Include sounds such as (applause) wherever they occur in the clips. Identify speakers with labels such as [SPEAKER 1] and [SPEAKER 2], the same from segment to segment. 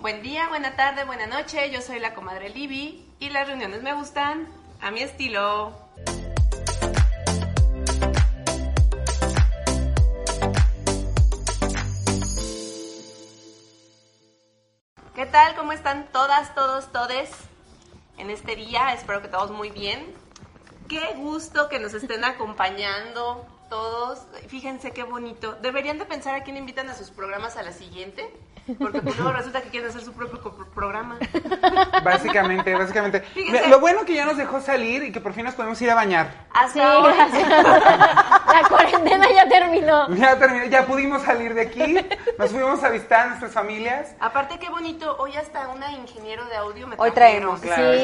[SPEAKER 1] Buen día, buena tarde, buena noche. Yo soy la comadre Libby y las reuniones me gustan a mi estilo. ¿Qué tal? ¿Cómo están todas, todos, todes? En este día espero que todos muy bien. Qué gusto que nos estén acompañando todos. Fíjense qué bonito. Deberían de pensar a quién invitan a sus programas a la siguiente, porque pues luego resulta que quieren hacer su propio co- programa.
[SPEAKER 2] Básicamente, básicamente.
[SPEAKER 1] Fíjense.
[SPEAKER 2] Mira, lo bueno que ya nos dejó salir y que por fin nos podemos ir a bañar.
[SPEAKER 3] Sí,
[SPEAKER 1] Hasta ahora,
[SPEAKER 3] gracias. La cuarentena ya terminó.
[SPEAKER 2] Ya terminó, ya pudimos salir de aquí, nos fuimos a visitar a nuestras familias.
[SPEAKER 1] Aparte, qué bonito. Hoy hasta una ingeniero de audio me
[SPEAKER 4] Hoy
[SPEAKER 1] trajeron.
[SPEAKER 4] traemos.
[SPEAKER 2] Claro,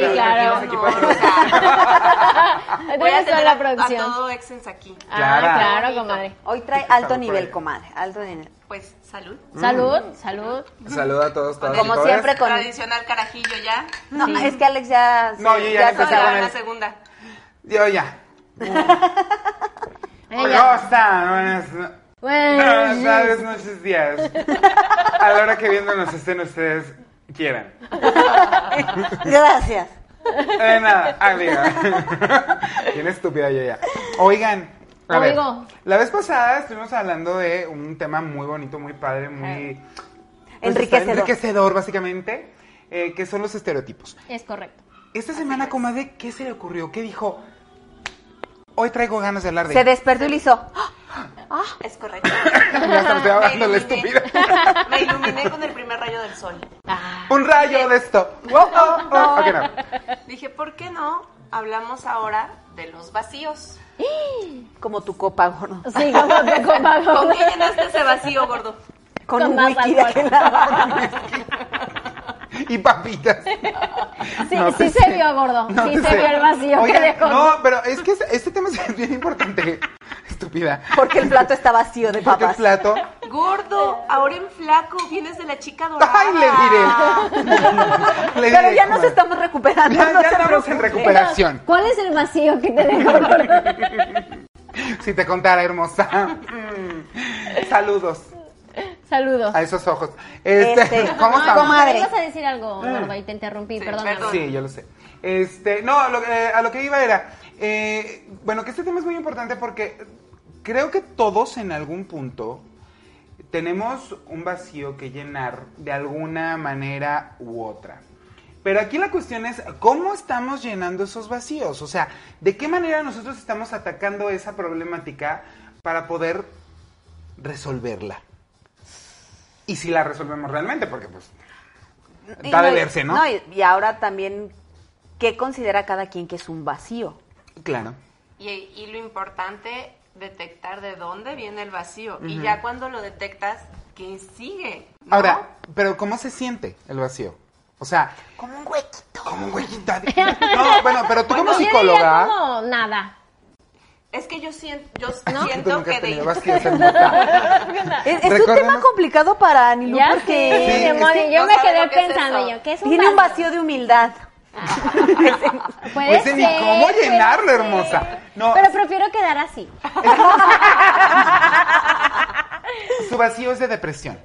[SPEAKER 2] claro,
[SPEAKER 3] sí, claro.
[SPEAKER 2] aquí
[SPEAKER 1] No,
[SPEAKER 2] para-
[SPEAKER 1] o sea, voy a
[SPEAKER 3] Tienes toda
[SPEAKER 1] tener
[SPEAKER 3] la
[SPEAKER 1] a, a
[SPEAKER 3] producción.
[SPEAKER 1] todo Exens aquí.
[SPEAKER 3] Ah,
[SPEAKER 2] Clara.
[SPEAKER 3] claro, comadre.
[SPEAKER 4] Hoy trae alto
[SPEAKER 2] Estamos por
[SPEAKER 4] nivel,
[SPEAKER 2] ahí.
[SPEAKER 4] comadre. Alto nivel.
[SPEAKER 1] Pues, salud.
[SPEAKER 3] Mm. Salud, salud.
[SPEAKER 2] Saludo a todos, todas y
[SPEAKER 4] Como
[SPEAKER 2] todas.
[SPEAKER 4] siempre con...
[SPEAKER 1] Tradicional carajillo ya.
[SPEAKER 4] No, es que Alex ya... se-
[SPEAKER 2] No, yo ya le
[SPEAKER 4] se
[SPEAKER 2] empecé
[SPEAKER 4] acabó.
[SPEAKER 1] Ahora
[SPEAKER 2] con
[SPEAKER 1] la
[SPEAKER 2] el-
[SPEAKER 1] segunda.
[SPEAKER 2] Yo ya.
[SPEAKER 3] Ella. pues,
[SPEAKER 2] Rosa, buenas, buenas
[SPEAKER 3] Bueno,
[SPEAKER 2] tardes, noches, días. A la hora que viéndonos estén ustedes, quieran.
[SPEAKER 4] Gracias.
[SPEAKER 2] De nada, amiga. ah, (laughs) Bien estúpida yo ya. Oigan, a ver,
[SPEAKER 3] Oigo.
[SPEAKER 2] la vez pasada estuvimos hablando de un tema muy bonito, muy padre, muy... pues, está
[SPEAKER 4] Enriquecedor.
[SPEAKER 2] Eh, enriquecedor, básicamente, eh, que son los estereotipos.
[SPEAKER 3] es correcto.
[SPEAKER 2] Esta semana, comadre, ¿qué se le ocurrió? ¿Qué dijo? Hoy traigo ganas de hablar de...
[SPEAKER 4] Se despertó y le hizo... ¡Ah!
[SPEAKER 1] Es correcto.
[SPEAKER 2] Ya hasta me estoy hablando la estúpida.
[SPEAKER 1] Me iluminé con el primer rayo del sol.
[SPEAKER 3] Ah,
[SPEAKER 2] Un rayo de (laughs) esto. Wow, oh, oh. Ok, no.
[SPEAKER 1] Dije, ¿por qué no hablamos ahora de los vacíos?
[SPEAKER 4] Como tu copa, gordo.
[SPEAKER 3] sí, como (laughs) que comadre.
[SPEAKER 1] ¿Con qué llenaste ese vacío, gordo?
[SPEAKER 4] Con,
[SPEAKER 3] Con
[SPEAKER 4] un
[SPEAKER 3] más
[SPEAKER 4] whisky de
[SPEAKER 3] alcohol.
[SPEAKER 4] aquel lado.
[SPEAKER 2] Y papitas.
[SPEAKER 3] Sí,
[SPEAKER 2] No
[SPEAKER 3] sí
[SPEAKER 2] te
[SPEAKER 3] se
[SPEAKER 2] sé.
[SPEAKER 3] vio, gordo.
[SPEAKER 2] No
[SPEAKER 3] sí
[SPEAKER 2] te
[SPEAKER 3] se
[SPEAKER 2] sé.
[SPEAKER 3] vio el vacío
[SPEAKER 2] Oigan,
[SPEAKER 3] que dejó.
[SPEAKER 2] No, pero es que este- este tema es bien importante. (laughs) Estúpida.
[SPEAKER 4] Porque el plato está vacío de
[SPEAKER 2] Porque el
[SPEAKER 4] papas.
[SPEAKER 2] plato.
[SPEAKER 1] Gordo, ahora en flaco, vienes de la chica dorada.
[SPEAKER 2] ¡Ay, le diré! Le
[SPEAKER 4] Pero
[SPEAKER 2] diré,
[SPEAKER 4] ya nos
[SPEAKER 2] comadre.
[SPEAKER 4] estamos
[SPEAKER 2] (laughs)
[SPEAKER 4] recuperando.
[SPEAKER 2] Ya,
[SPEAKER 4] no
[SPEAKER 2] ya
[SPEAKER 4] se
[SPEAKER 2] estamos en
[SPEAKER 4] preocupe.
[SPEAKER 2] recuperación.
[SPEAKER 3] ¿Cuál es el vacío que te (laughs) dejó, gordo?
[SPEAKER 2] Si te contara, hermosa. (laughs) Mm. Saludos
[SPEAKER 3] Saludos.
[SPEAKER 2] a esos ojos. Este,
[SPEAKER 4] Este,
[SPEAKER 2] ¿Cómo
[SPEAKER 3] Ay,
[SPEAKER 2] estamos?
[SPEAKER 4] comadre.
[SPEAKER 3] ibas a decir algo, gordo, y te interrumpí,
[SPEAKER 1] Sí,
[SPEAKER 3] perdón.
[SPEAKER 1] perdón.
[SPEAKER 2] Sí, yo lo sé. Este, no, lo que- a lo que iba era, eh, bueno, que este tema es muy importante porque creo que todos en algún punto tenemos un vacío que llenar de alguna manera u otra. Pero aquí la cuestión es cómo estamos llenando esos vacíos, o sea, de qué manera nosotros estamos atacando esa problemática para poder resolverla. Y si la resolvemos realmente, porque pues
[SPEAKER 4] Y
[SPEAKER 2] da de
[SPEAKER 4] y-
[SPEAKER 2] verse, ¿no?
[SPEAKER 4] No, y, y ahora también, ¿qué considera cada quien que es un vacío?
[SPEAKER 2] Claro.
[SPEAKER 1] Y, y lo importante, detectar de dónde viene el vacío. Y ya cuando lo detectas, ¿qué sigue? ¿No?
[SPEAKER 2] Ahora, pero ¿cómo se siente el vacío? O sea,
[SPEAKER 4] Como un huequito.
[SPEAKER 2] como un huequito. adi- No, bueno, pero tú como
[SPEAKER 3] Yo diría
[SPEAKER 2] psicóloga.
[SPEAKER 3] como nada.
[SPEAKER 1] Es que yo siento, yo
[SPEAKER 2] Tú
[SPEAKER 1] siento
[SPEAKER 2] nunca
[SPEAKER 1] que
[SPEAKER 2] has tenido
[SPEAKER 1] de...
[SPEAKER 2] vacíos en boca.
[SPEAKER 4] Es, es un
[SPEAKER 2] Recordemos-
[SPEAKER 4] tema complicado para Anilú
[SPEAKER 3] Ya
[SPEAKER 4] porque
[SPEAKER 3] sé,
[SPEAKER 2] Sí, es
[SPEAKER 3] demonio,
[SPEAKER 1] que
[SPEAKER 3] yo
[SPEAKER 1] no
[SPEAKER 3] me
[SPEAKER 1] sabe
[SPEAKER 3] quedé
[SPEAKER 1] lo que es
[SPEAKER 3] pensando
[SPEAKER 1] eso.
[SPEAKER 3] yo, ¿qué es un
[SPEAKER 4] tiene un vacío de humildad.
[SPEAKER 3] Puede
[SPEAKER 2] Pues, ni
[SPEAKER 3] ser,
[SPEAKER 2] cómo
[SPEAKER 3] puede
[SPEAKER 2] llenarlo,
[SPEAKER 3] ser.
[SPEAKER 2] hermosa. No.
[SPEAKER 3] Pero prefiero quedar así.
[SPEAKER 2] Su vacío es de depresión.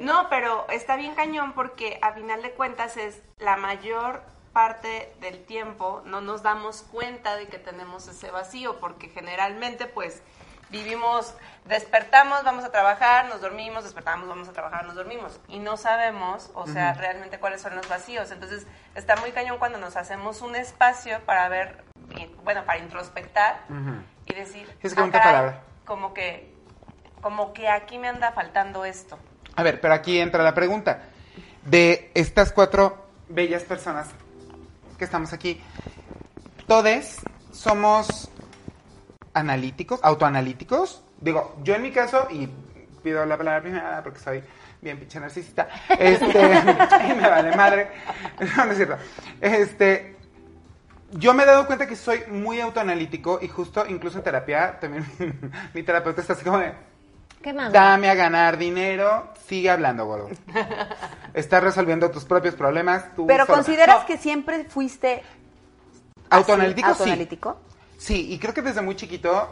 [SPEAKER 1] No, pero está bien cañón porque a final de cuentas es la mayor parte del tiempo no nos damos cuenta de que tenemos ese vacío porque generalmente pues vivimos, despertamos, vamos a trabajar, nos dormimos, despertamos, vamos a trabajar, nos dormimos y no sabemos, o sea, realmente cuáles son los vacíos. Entonces está muy cañón cuando nos hacemos un espacio para ver, y, bueno, para introspectar y decir,
[SPEAKER 2] Es que
[SPEAKER 1] "Ah,
[SPEAKER 2] nunca
[SPEAKER 1] caray,
[SPEAKER 2] palabra.
[SPEAKER 1] como que, como que aquí me anda faltando esto.
[SPEAKER 2] A ver, pero aquí entra la pregunta. De estas cuatro bellas personas que estamos aquí, todos somos analíticos, autoanalíticos. Digo, yo en mi caso, y pido la palabra primera ah, porque soy bien pinche narcisista, este, (laughs) ay, me vale madre, no, no es cierto, este, yo me he dado cuenta que soy muy autoanalítico y justo incluso en terapia, también (laughs) mi terapeuta está así como de,
[SPEAKER 3] ¿Qué más?
[SPEAKER 2] dame a ganar dinero, sigue hablando, gordo. Estás resolviendo tus propios problemas, tú
[SPEAKER 4] Pero
[SPEAKER 2] solo.
[SPEAKER 4] consideras
[SPEAKER 2] No,
[SPEAKER 4] que siempre fuiste
[SPEAKER 2] autoanalítico, sí.
[SPEAKER 4] autoanalítico.
[SPEAKER 2] Sí, y creo que desde muy chiquito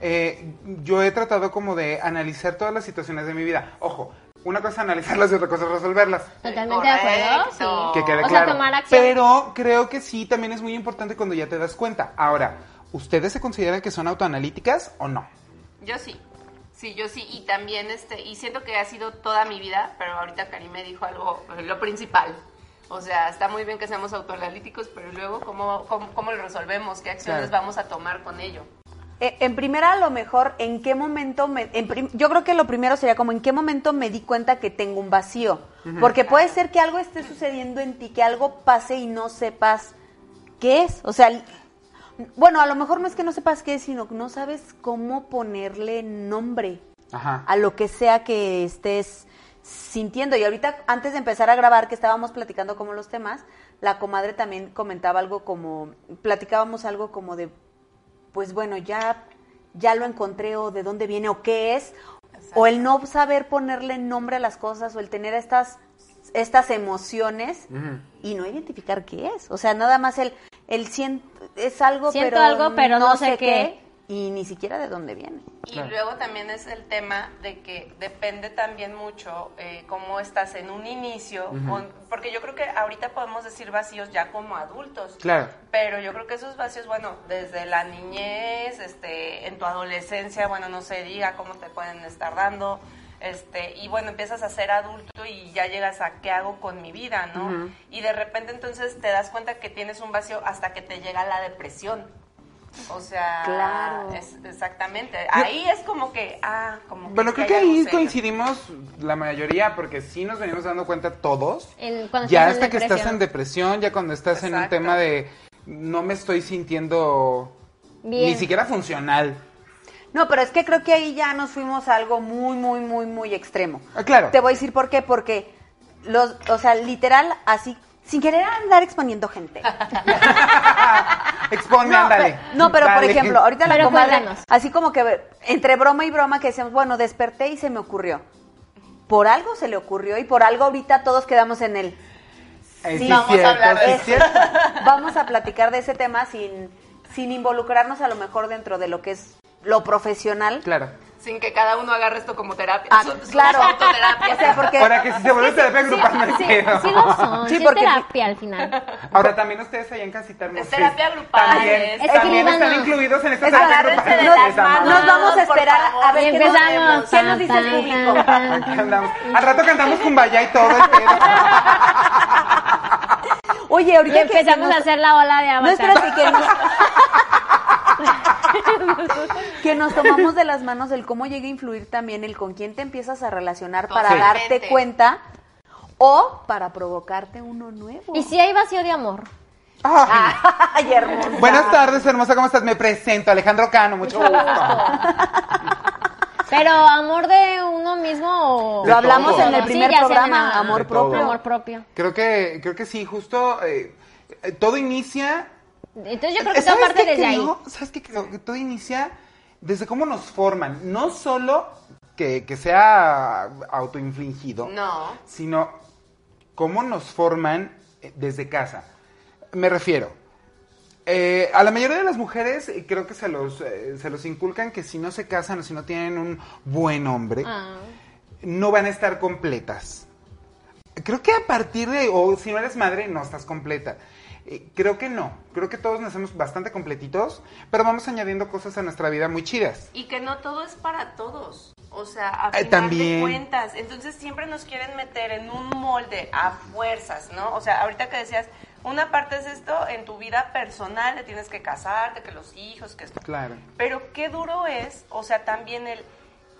[SPEAKER 2] eh, yo he tratado como de analizar todas las situaciones de mi vida. Ojo, una cosa es analizarlas y otra cosa es resolverlas.
[SPEAKER 3] Totalmente de acuerdo,
[SPEAKER 1] Correcto.
[SPEAKER 3] sí.
[SPEAKER 2] Que quede
[SPEAKER 3] o sea,
[SPEAKER 2] claro.
[SPEAKER 3] tomar acción.
[SPEAKER 2] Pero creo que sí, también es muy importante cuando ya te das cuenta. Ahora, ¿ustedes se consideran que son autoanalíticas o no?
[SPEAKER 1] Yo sí. Sí, yo sí. Y también, este, y siento que ha sido toda mi vida, pero ahorita Karim me dijo algo, eh, lo principal. O sea, está muy bien que seamos autoanalíticos, pero luego, ¿cómo, cómo, cómo lo resolvemos? ¿Qué acciones
[SPEAKER 2] Claro.
[SPEAKER 1] vamos a tomar con ello?
[SPEAKER 4] Eh, en primera, a lo mejor, ¿en qué momento me.? en prim- yo creo que lo primero sería como, ¿en qué momento me di cuenta que tengo un vacío? Porque puede ser que algo esté sucediendo en ti, que algo pase y no sepas qué es. O sea, l- bueno, a lo mejor no es que no sepas qué es, sino que no sabes cómo ponerle nombre
[SPEAKER 2] Ajá.
[SPEAKER 4] a lo que sea que estés sintiendo. Y ahorita, antes de empezar a grabar, que estábamos platicando como los temas, la comadre también comentaba algo como, platicábamos algo como de, pues bueno, ya, ya lo encontré o de dónde viene o qué es, o el no saber ponerle nombre a las cosas o el tener estas estas emociones y no identificar qué es, o sea, nada más el el siento es algo
[SPEAKER 3] Siento
[SPEAKER 4] pero
[SPEAKER 3] algo, pero no sé qué.
[SPEAKER 4] y ni siquiera de dónde viene.
[SPEAKER 1] Y luego también es el tema de que depende también mucho eh, cómo estás en un inicio, con- porque yo creo que ahorita podemos decir vacíos ya como adultos.
[SPEAKER 2] Claro.
[SPEAKER 1] Pero yo creo que esos vacíos, bueno, desde la niñez, este, en tu adolescencia, bueno, no se diga cómo te pueden estar dando, este, y bueno, empiezas a ser adulto y ya llegas a qué hago con mi vida, ¿no? Y de repente entonces te das cuenta que tienes un vacío hasta que te llega la depresión. O sea,
[SPEAKER 4] Claro.
[SPEAKER 1] es- exactamente. Ahí es como que, ah, como que
[SPEAKER 2] Bueno,
[SPEAKER 1] ya
[SPEAKER 2] creo que
[SPEAKER 1] hay
[SPEAKER 2] ahí
[SPEAKER 1] algo serio.
[SPEAKER 2] coincidimos la mayoría porque sí nos venimos dando cuenta todos.
[SPEAKER 3] El- Eh, cuando
[SPEAKER 2] ya
[SPEAKER 3] estás en
[SPEAKER 2] hasta que estás
[SPEAKER 3] depresión.
[SPEAKER 2] en depresión, ya cuando estás en un
[SPEAKER 1] Exacto.
[SPEAKER 2] tema de no me estoy sintiendo
[SPEAKER 3] Bien.
[SPEAKER 2] ni siquiera funcional.
[SPEAKER 4] No, pero es que creo que ahí ya nos fuimos a algo muy, muy, muy, muy extremo.
[SPEAKER 2] Ah, claro.
[SPEAKER 4] Te voy a decir por qué, porque los, o sea, literal, así, sin querer andar
[SPEAKER 2] (laughs)
[SPEAKER 4] exponiendo gente.
[SPEAKER 2] Expónme,
[SPEAKER 4] no,
[SPEAKER 2] ándale.
[SPEAKER 4] pe- no, pero por
[SPEAKER 2] Dale.
[SPEAKER 4] ejemplo, ahorita la
[SPEAKER 3] Pero
[SPEAKER 4] comadre,
[SPEAKER 3] cuéntanos.
[SPEAKER 4] así como que entre broma y broma que decíamos, bueno, desperté y se me ocurrió. Por algo se le ocurrió y por algo ahorita todos quedamos en él.
[SPEAKER 2] Eh,
[SPEAKER 4] Sí,
[SPEAKER 2] sí,
[SPEAKER 4] vamos a
[SPEAKER 2] cierto,
[SPEAKER 1] hablar de
[SPEAKER 2] sí,
[SPEAKER 1] eso.
[SPEAKER 2] cierto.
[SPEAKER 4] (laughs) Vamos a platicar de ese tema sin, sin involucrarnos a lo mejor dentro de lo que es lo profesional.
[SPEAKER 2] Claro.
[SPEAKER 1] Sin que cada uno agarre esto como terapia.
[SPEAKER 4] Ah,
[SPEAKER 1] Su- su-
[SPEAKER 4] claro.
[SPEAKER 1] autoterapia.
[SPEAKER 4] (laughs) O sea, porque
[SPEAKER 2] Ahora que si se vuelve terapia grupal, me
[SPEAKER 3] Sí,
[SPEAKER 2] quedo.
[SPEAKER 3] sí lo son,
[SPEAKER 4] Sí,
[SPEAKER 3] sí,
[SPEAKER 4] porque-
[SPEAKER 3] es terapia al
[SPEAKER 2] (laughs)
[SPEAKER 3] final.
[SPEAKER 2] Ahora también ustedes allá en casita hermosa.
[SPEAKER 1] Es terapia grupal.
[SPEAKER 2] También,
[SPEAKER 1] Es
[SPEAKER 3] que
[SPEAKER 2] también
[SPEAKER 3] les
[SPEAKER 2] están
[SPEAKER 3] van a-
[SPEAKER 2] incluidos en esta
[SPEAKER 1] Es que
[SPEAKER 2] terapia
[SPEAKER 1] agárrense
[SPEAKER 2] grupal.
[SPEAKER 1] de las
[SPEAKER 2] Les amamos.
[SPEAKER 1] manos.
[SPEAKER 4] Nos vamos a
[SPEAKER 1] Por
[SPEAKER 4] esperar
[SPEAKER 1] favor.
[SPEAKER 4] a ver
[SPEAKER 3] Y
[SPEAKER 4] qué nos,
[SPEAKER 3] empezamos.
[SPEAKER 4] qué nos dice el público.
[SPEAKER 2] Aquí andamos. Al rato cantamos Kumbaya y todo el pedo.
[SPEAKER 4] Oye,
[SPEAKER 3] Y
[SPEAKER 4] ahorita que
[SPEAKER 3] empezamos
[SPEAKER 4] nos-
[SPEAKER 3] a hacer la ola de
[SPEAKER 4] No, (laughs)
[SPEAKER 3] avatar.
[SPEAKER 4] espérate, que nos... que nos tomamos de las manos el cómo llega a influir también el con quién te empiezas a relacionar para
[SPEAKER 1] Totalmente.
[SPEAKER 4] darte cuenta o para provocarte uno nuevo.
[SPEAKER 3] y si hay vacío de amor.
[SPEAKER 2] Ah.
[SPEAKER 4] (laughs) Ay, hermosa.
[SPEAKER 2] Buenas tardes, hermosa, ¿cómo estás? Me presento, Alejandro Cano, mucho gusto.
[SPEAKER 3] Pero amor de uno mismo o...
[SPEAKER 2] De
[SPEAKER 4] Lo hablamos
[SPEAKER 2] todo.
[SPEAKER 4] en el
[SPEAKER 3] Sí,
[SPEAKER 4] primer
[SPEAKER 3] ya sea
[SPEAKER 4] programa,
[SPEAKER 3] nada.
[SPEAKER 4] amor
[SPEAKER 2] De todo.
[SPEAKER 4] propio.
[SPEAKER 3] Amor propio.
[SPEAKER 2] Creo que, creo que sí, justo eh, eh, todo inicia.
[SPEAKER 3] Entonces yo creo que
[SPEAKER 2] ¿Sabes
[SPEAKER 3] todo parte
[SPEAKER 2] qué
[SPEAKER 3] desde ahí.
[SPEAKER 2] creo? ¿Sabes qué creo? Que todo inicia desde cómo nos forman. No solo que, que sea autoinfligido,
[SPEAKER 1] No.
[SPEAKER 2] sino cómo nos forman eh, desde casa. Me refiero. eh, a la mayoría de las mujeres eh, creo que se los, eh, se los inculcan que si no se casan o si no tienen un buen hombre,
[SPEAKER 3] Ah.
[SPEAKER 2] no van a estar completas. Creo que a partir de, o si no eres madre, no estás completa. Eh, creo que no, creo que todos nacemos bastante completitos, pero vamos añadiendo cosas a nuestra vida muy chidas.
[SPEAKER 1] Y que no todo es para todos. O sea, a
[SPEAKER 2] Eh,
[SPEAKER 1] final
[SPEAKER 2] también.
[SPEAKER 1] de cuentas. Entonces siempre nos quieren meter en un molde a fuerzas, ¿no? O sea, ahorita que decías, una parte es esto, en tu vida personal te tienes que casarte, que los hijos, que esto.
[SPEAKER 2] Claro.
[SPEAKER 1] Pero qué duro es, o sea, también el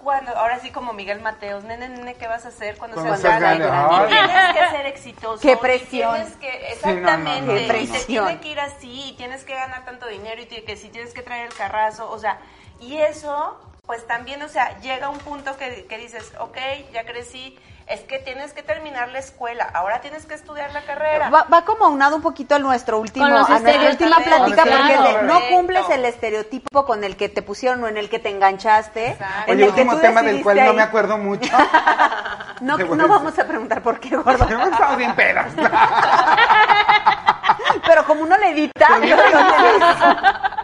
[SPEAKER 1] cuando ahora sí como Miguel Mateos, nene, nene, ¿qué vas a hacer cuando,
[SPEAKER 2] Cuando
[SPEAKER 1] seas
[SPEAKER 2] seas
[SPEAKER 1] grande?
[SPEAKER 2] grande,
[SPEAKER 1] Y tienes que ser exitoso.
[SPEAKER 4] Qué
[SPEAKER 1] y
[SPEAKER 4] presión.
[SPEAKER 1] tienes que-
[SPEAKER 2] Sí, no, no, no,
[SPEAKER 1] exactamente. y
[SPEAKER 2] no, no,
[SPEAKER 1] te
[SPEAKER 2] no.
[SPEAKER 1] tiene que ir así, y tienes que ganar tanto dinero y ti- que si tienes que traer el carrazo, o sea, y eso pues también, o sea, llega un punto que, que dices, ok, ya crecí, es que tienes que terminar la escuela, ahora tienes que estudiar la carrera.
[SPEAKER 4] Va, va como aunado un poquito a nuestro último,
[SPEAKER 3] Con los
[SPEAKER 4] a nuestra
[SPEAKER 3] estereotipos,
[SPEAKER 4] última plática,
[SPEAKER 3] claro.
[SPEAKER 4] porque es de, no
[SPEAKER 1] Correcto.
[SPEAKER 4] cumples el estereotipo con el que te pusieron o en el que te enganchaste.
[SPEAKER 1] Exacto.
[SPEAKER 4] En
[SPEAKER 2] Oye,
[SPEAKER 4] el que
[SPEAKER 2] último
[SPEAKER 4] tú
[SPEAKER 2] tema del
[SPEAKER 4] decidiste
[SPEAKER 2] cual no
[SPEAKER 4] ahí.
[SPEAKER 2] me acuerdo
[SPEAKER 4] (laughs)
[SPEAKER 2] mucho.
[SPEAKER 4] No,
[SPEAKER 2] Te
[SPEAKER 4] no
[SPEAKER 2] voy a decir.
[SPEAKER 4] vamos a preguntar por
[SPEAKER 2] (laughs)
[SPEAKER 4] qué, gordo.
[SPEAKER 2] Estamos bien pedas.
[SPEAKER 4] Pero como uno le edita,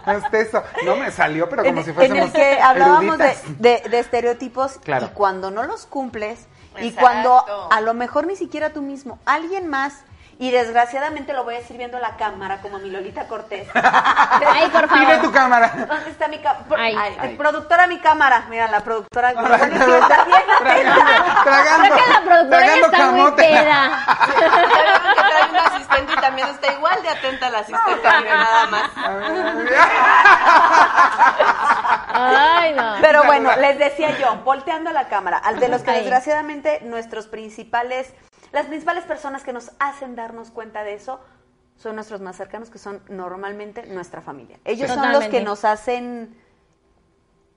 [SPEAKER 2] Hasta eso. No me salió, pero como
[SPEAKER 4] en,
[SPEAKER 2] si
[SPEAKER 4] en
[SPEAKER 2] fuésemos
[SPEAKER 4] el que hablábamos de,
[SPEAKER 2] eruditas.
[SPEAKER 4] de- de estereotipos
[SPEAKER 2] Claro.
[SPEAKER 4] y cuando no los cumples y
[SPEAKER 1] Exacto.
[SPEAKER 4] cuando a lo mejor ni siquiera tú mismo, alguien más, y desgraciadamente lo voy a decir viendo la cámara como mi Lolita Cortés.
[SPEAKER 3] Ay, por
[SPEAKER 2] Pide tu
[SPEAKER 3] favor.
[SPEAKER 2] cámara.
[SPEAKER 4] ¿Dónde está mi cámara?
[SPEAKER 3] Ay.
[SPEAKER 2] Ay.
[SPEAKER 4] Productora, mi cámara. Mira, la productora.
[SPEAKER 2] (laughs)
[SPEAKER 4] Está bien atenta.
[SPEAKER 2] Tragando,
[SPEAKER 3] Creo
[SPEAKER 2] tragando,
[SPEAKER 3] que la productora ya
[SPEAKER 2] tragando
[SPEAKER 3] está muy
[SPEAKER 2] camote. (laughs)
[SPEAKER 3] peda.
[SPEAKER 1] Ya vieron que trae un asistente y también está igual de atenta la asistente, miren, nada más.
[SPEAKER 2] A ver, a ver.
[SPEAKER 3] Ay, no.
[SPEAKER 4] Pero bueno, les decía yo, volteando a la cámara, al de los que
[SPEAKER 3] Ahí.
[SPEAKER 4] desgraciadamente nuestros principales, las principales personas que nos hacen darnos cuenta de eso son nuestros más cercanos, que son normalmente nuestra familia. Ellos son los
[SPEAKER 3] Totalmente.
[SPEAKER 4] que nos hacen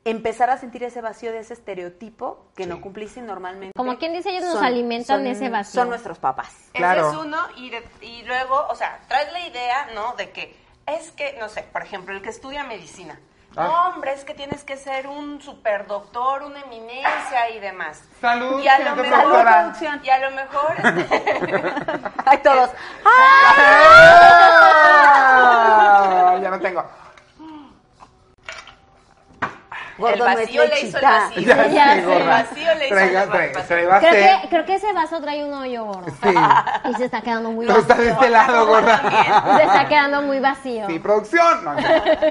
[SPEAKER 4] empezar a sentir ese vacío de ese estereotipo que no cumpliste normalmente.
[SPEAKER 3] Como quien dice, ellos nos
[SPEAKER 4] son-
[SPEAKER 3] alimentan
[SPEAKER 4] son-
[SPEAKER 3] ese vacío.
[SPEAKER 4] Son nuestros papás. (laughs)
[SPEAKER 2] Claro.
[SPEAKER 1] Ese es uno y, de- y luego, o sea, traes la idea, ¿no? De que es que, no sé, por ejemplo, el que estudia medicina. No,
[SPEAKER 2] Ah.
[SPEAKER 1] hombre, es que tienes que ser un superdoctor, una eminencia y demás.
[SPEAKER 2] Salud,
[SPEAKER 1] y a lo
[SPEAKER 2] señorita
[SPEAKER 1] mejor,
[SPEAKER 2] productora.
[SPEAKER 4] Salud, producción.
[SPEAKER 1] Y a lo mejor, (laughs) este,
[SPEAKER 4] Ay, todos.
[SPEAKER 2] ¡Ah! Ya no tengo.
[SPEAKER 1] el
[SPEAKER 4] Gordo, no es
[SPEAKER 1] vacío le hizo el
[SPEAKER 4] lechita.
[SPEAKER 1] vacío.
[SPEAKER 2] Ya,
[SPEAKER 3] Ya
[SPEAKER 2] sé,
[SPEAKER 3] sé.
[SPEAKER 2] gorda.
[SPEAKER 1] El vacío le hizo
[SPEAKER 2] Traiga-
[SPEAKER 1] el
[SPEAKER 2] tra-
[SPEAKER 1] vacío.
[SPEAKER 2] traigaste.
[SPEAKER 3] Creo que, creo que ese vaso trae un hoyo gordo.
[SPEAKER 2] Sí.
[SPEAKER 3] Y se está quedando muy
[SPEAKER 2] Tú
[SPEAKER 3] vacío.
[SPEAKER 2] estás (laughs) de este lado, gorda.
[SPEAKER 3] Se está quedando muy vacío.
[SPEAKER 2] Sí, producción. No, no.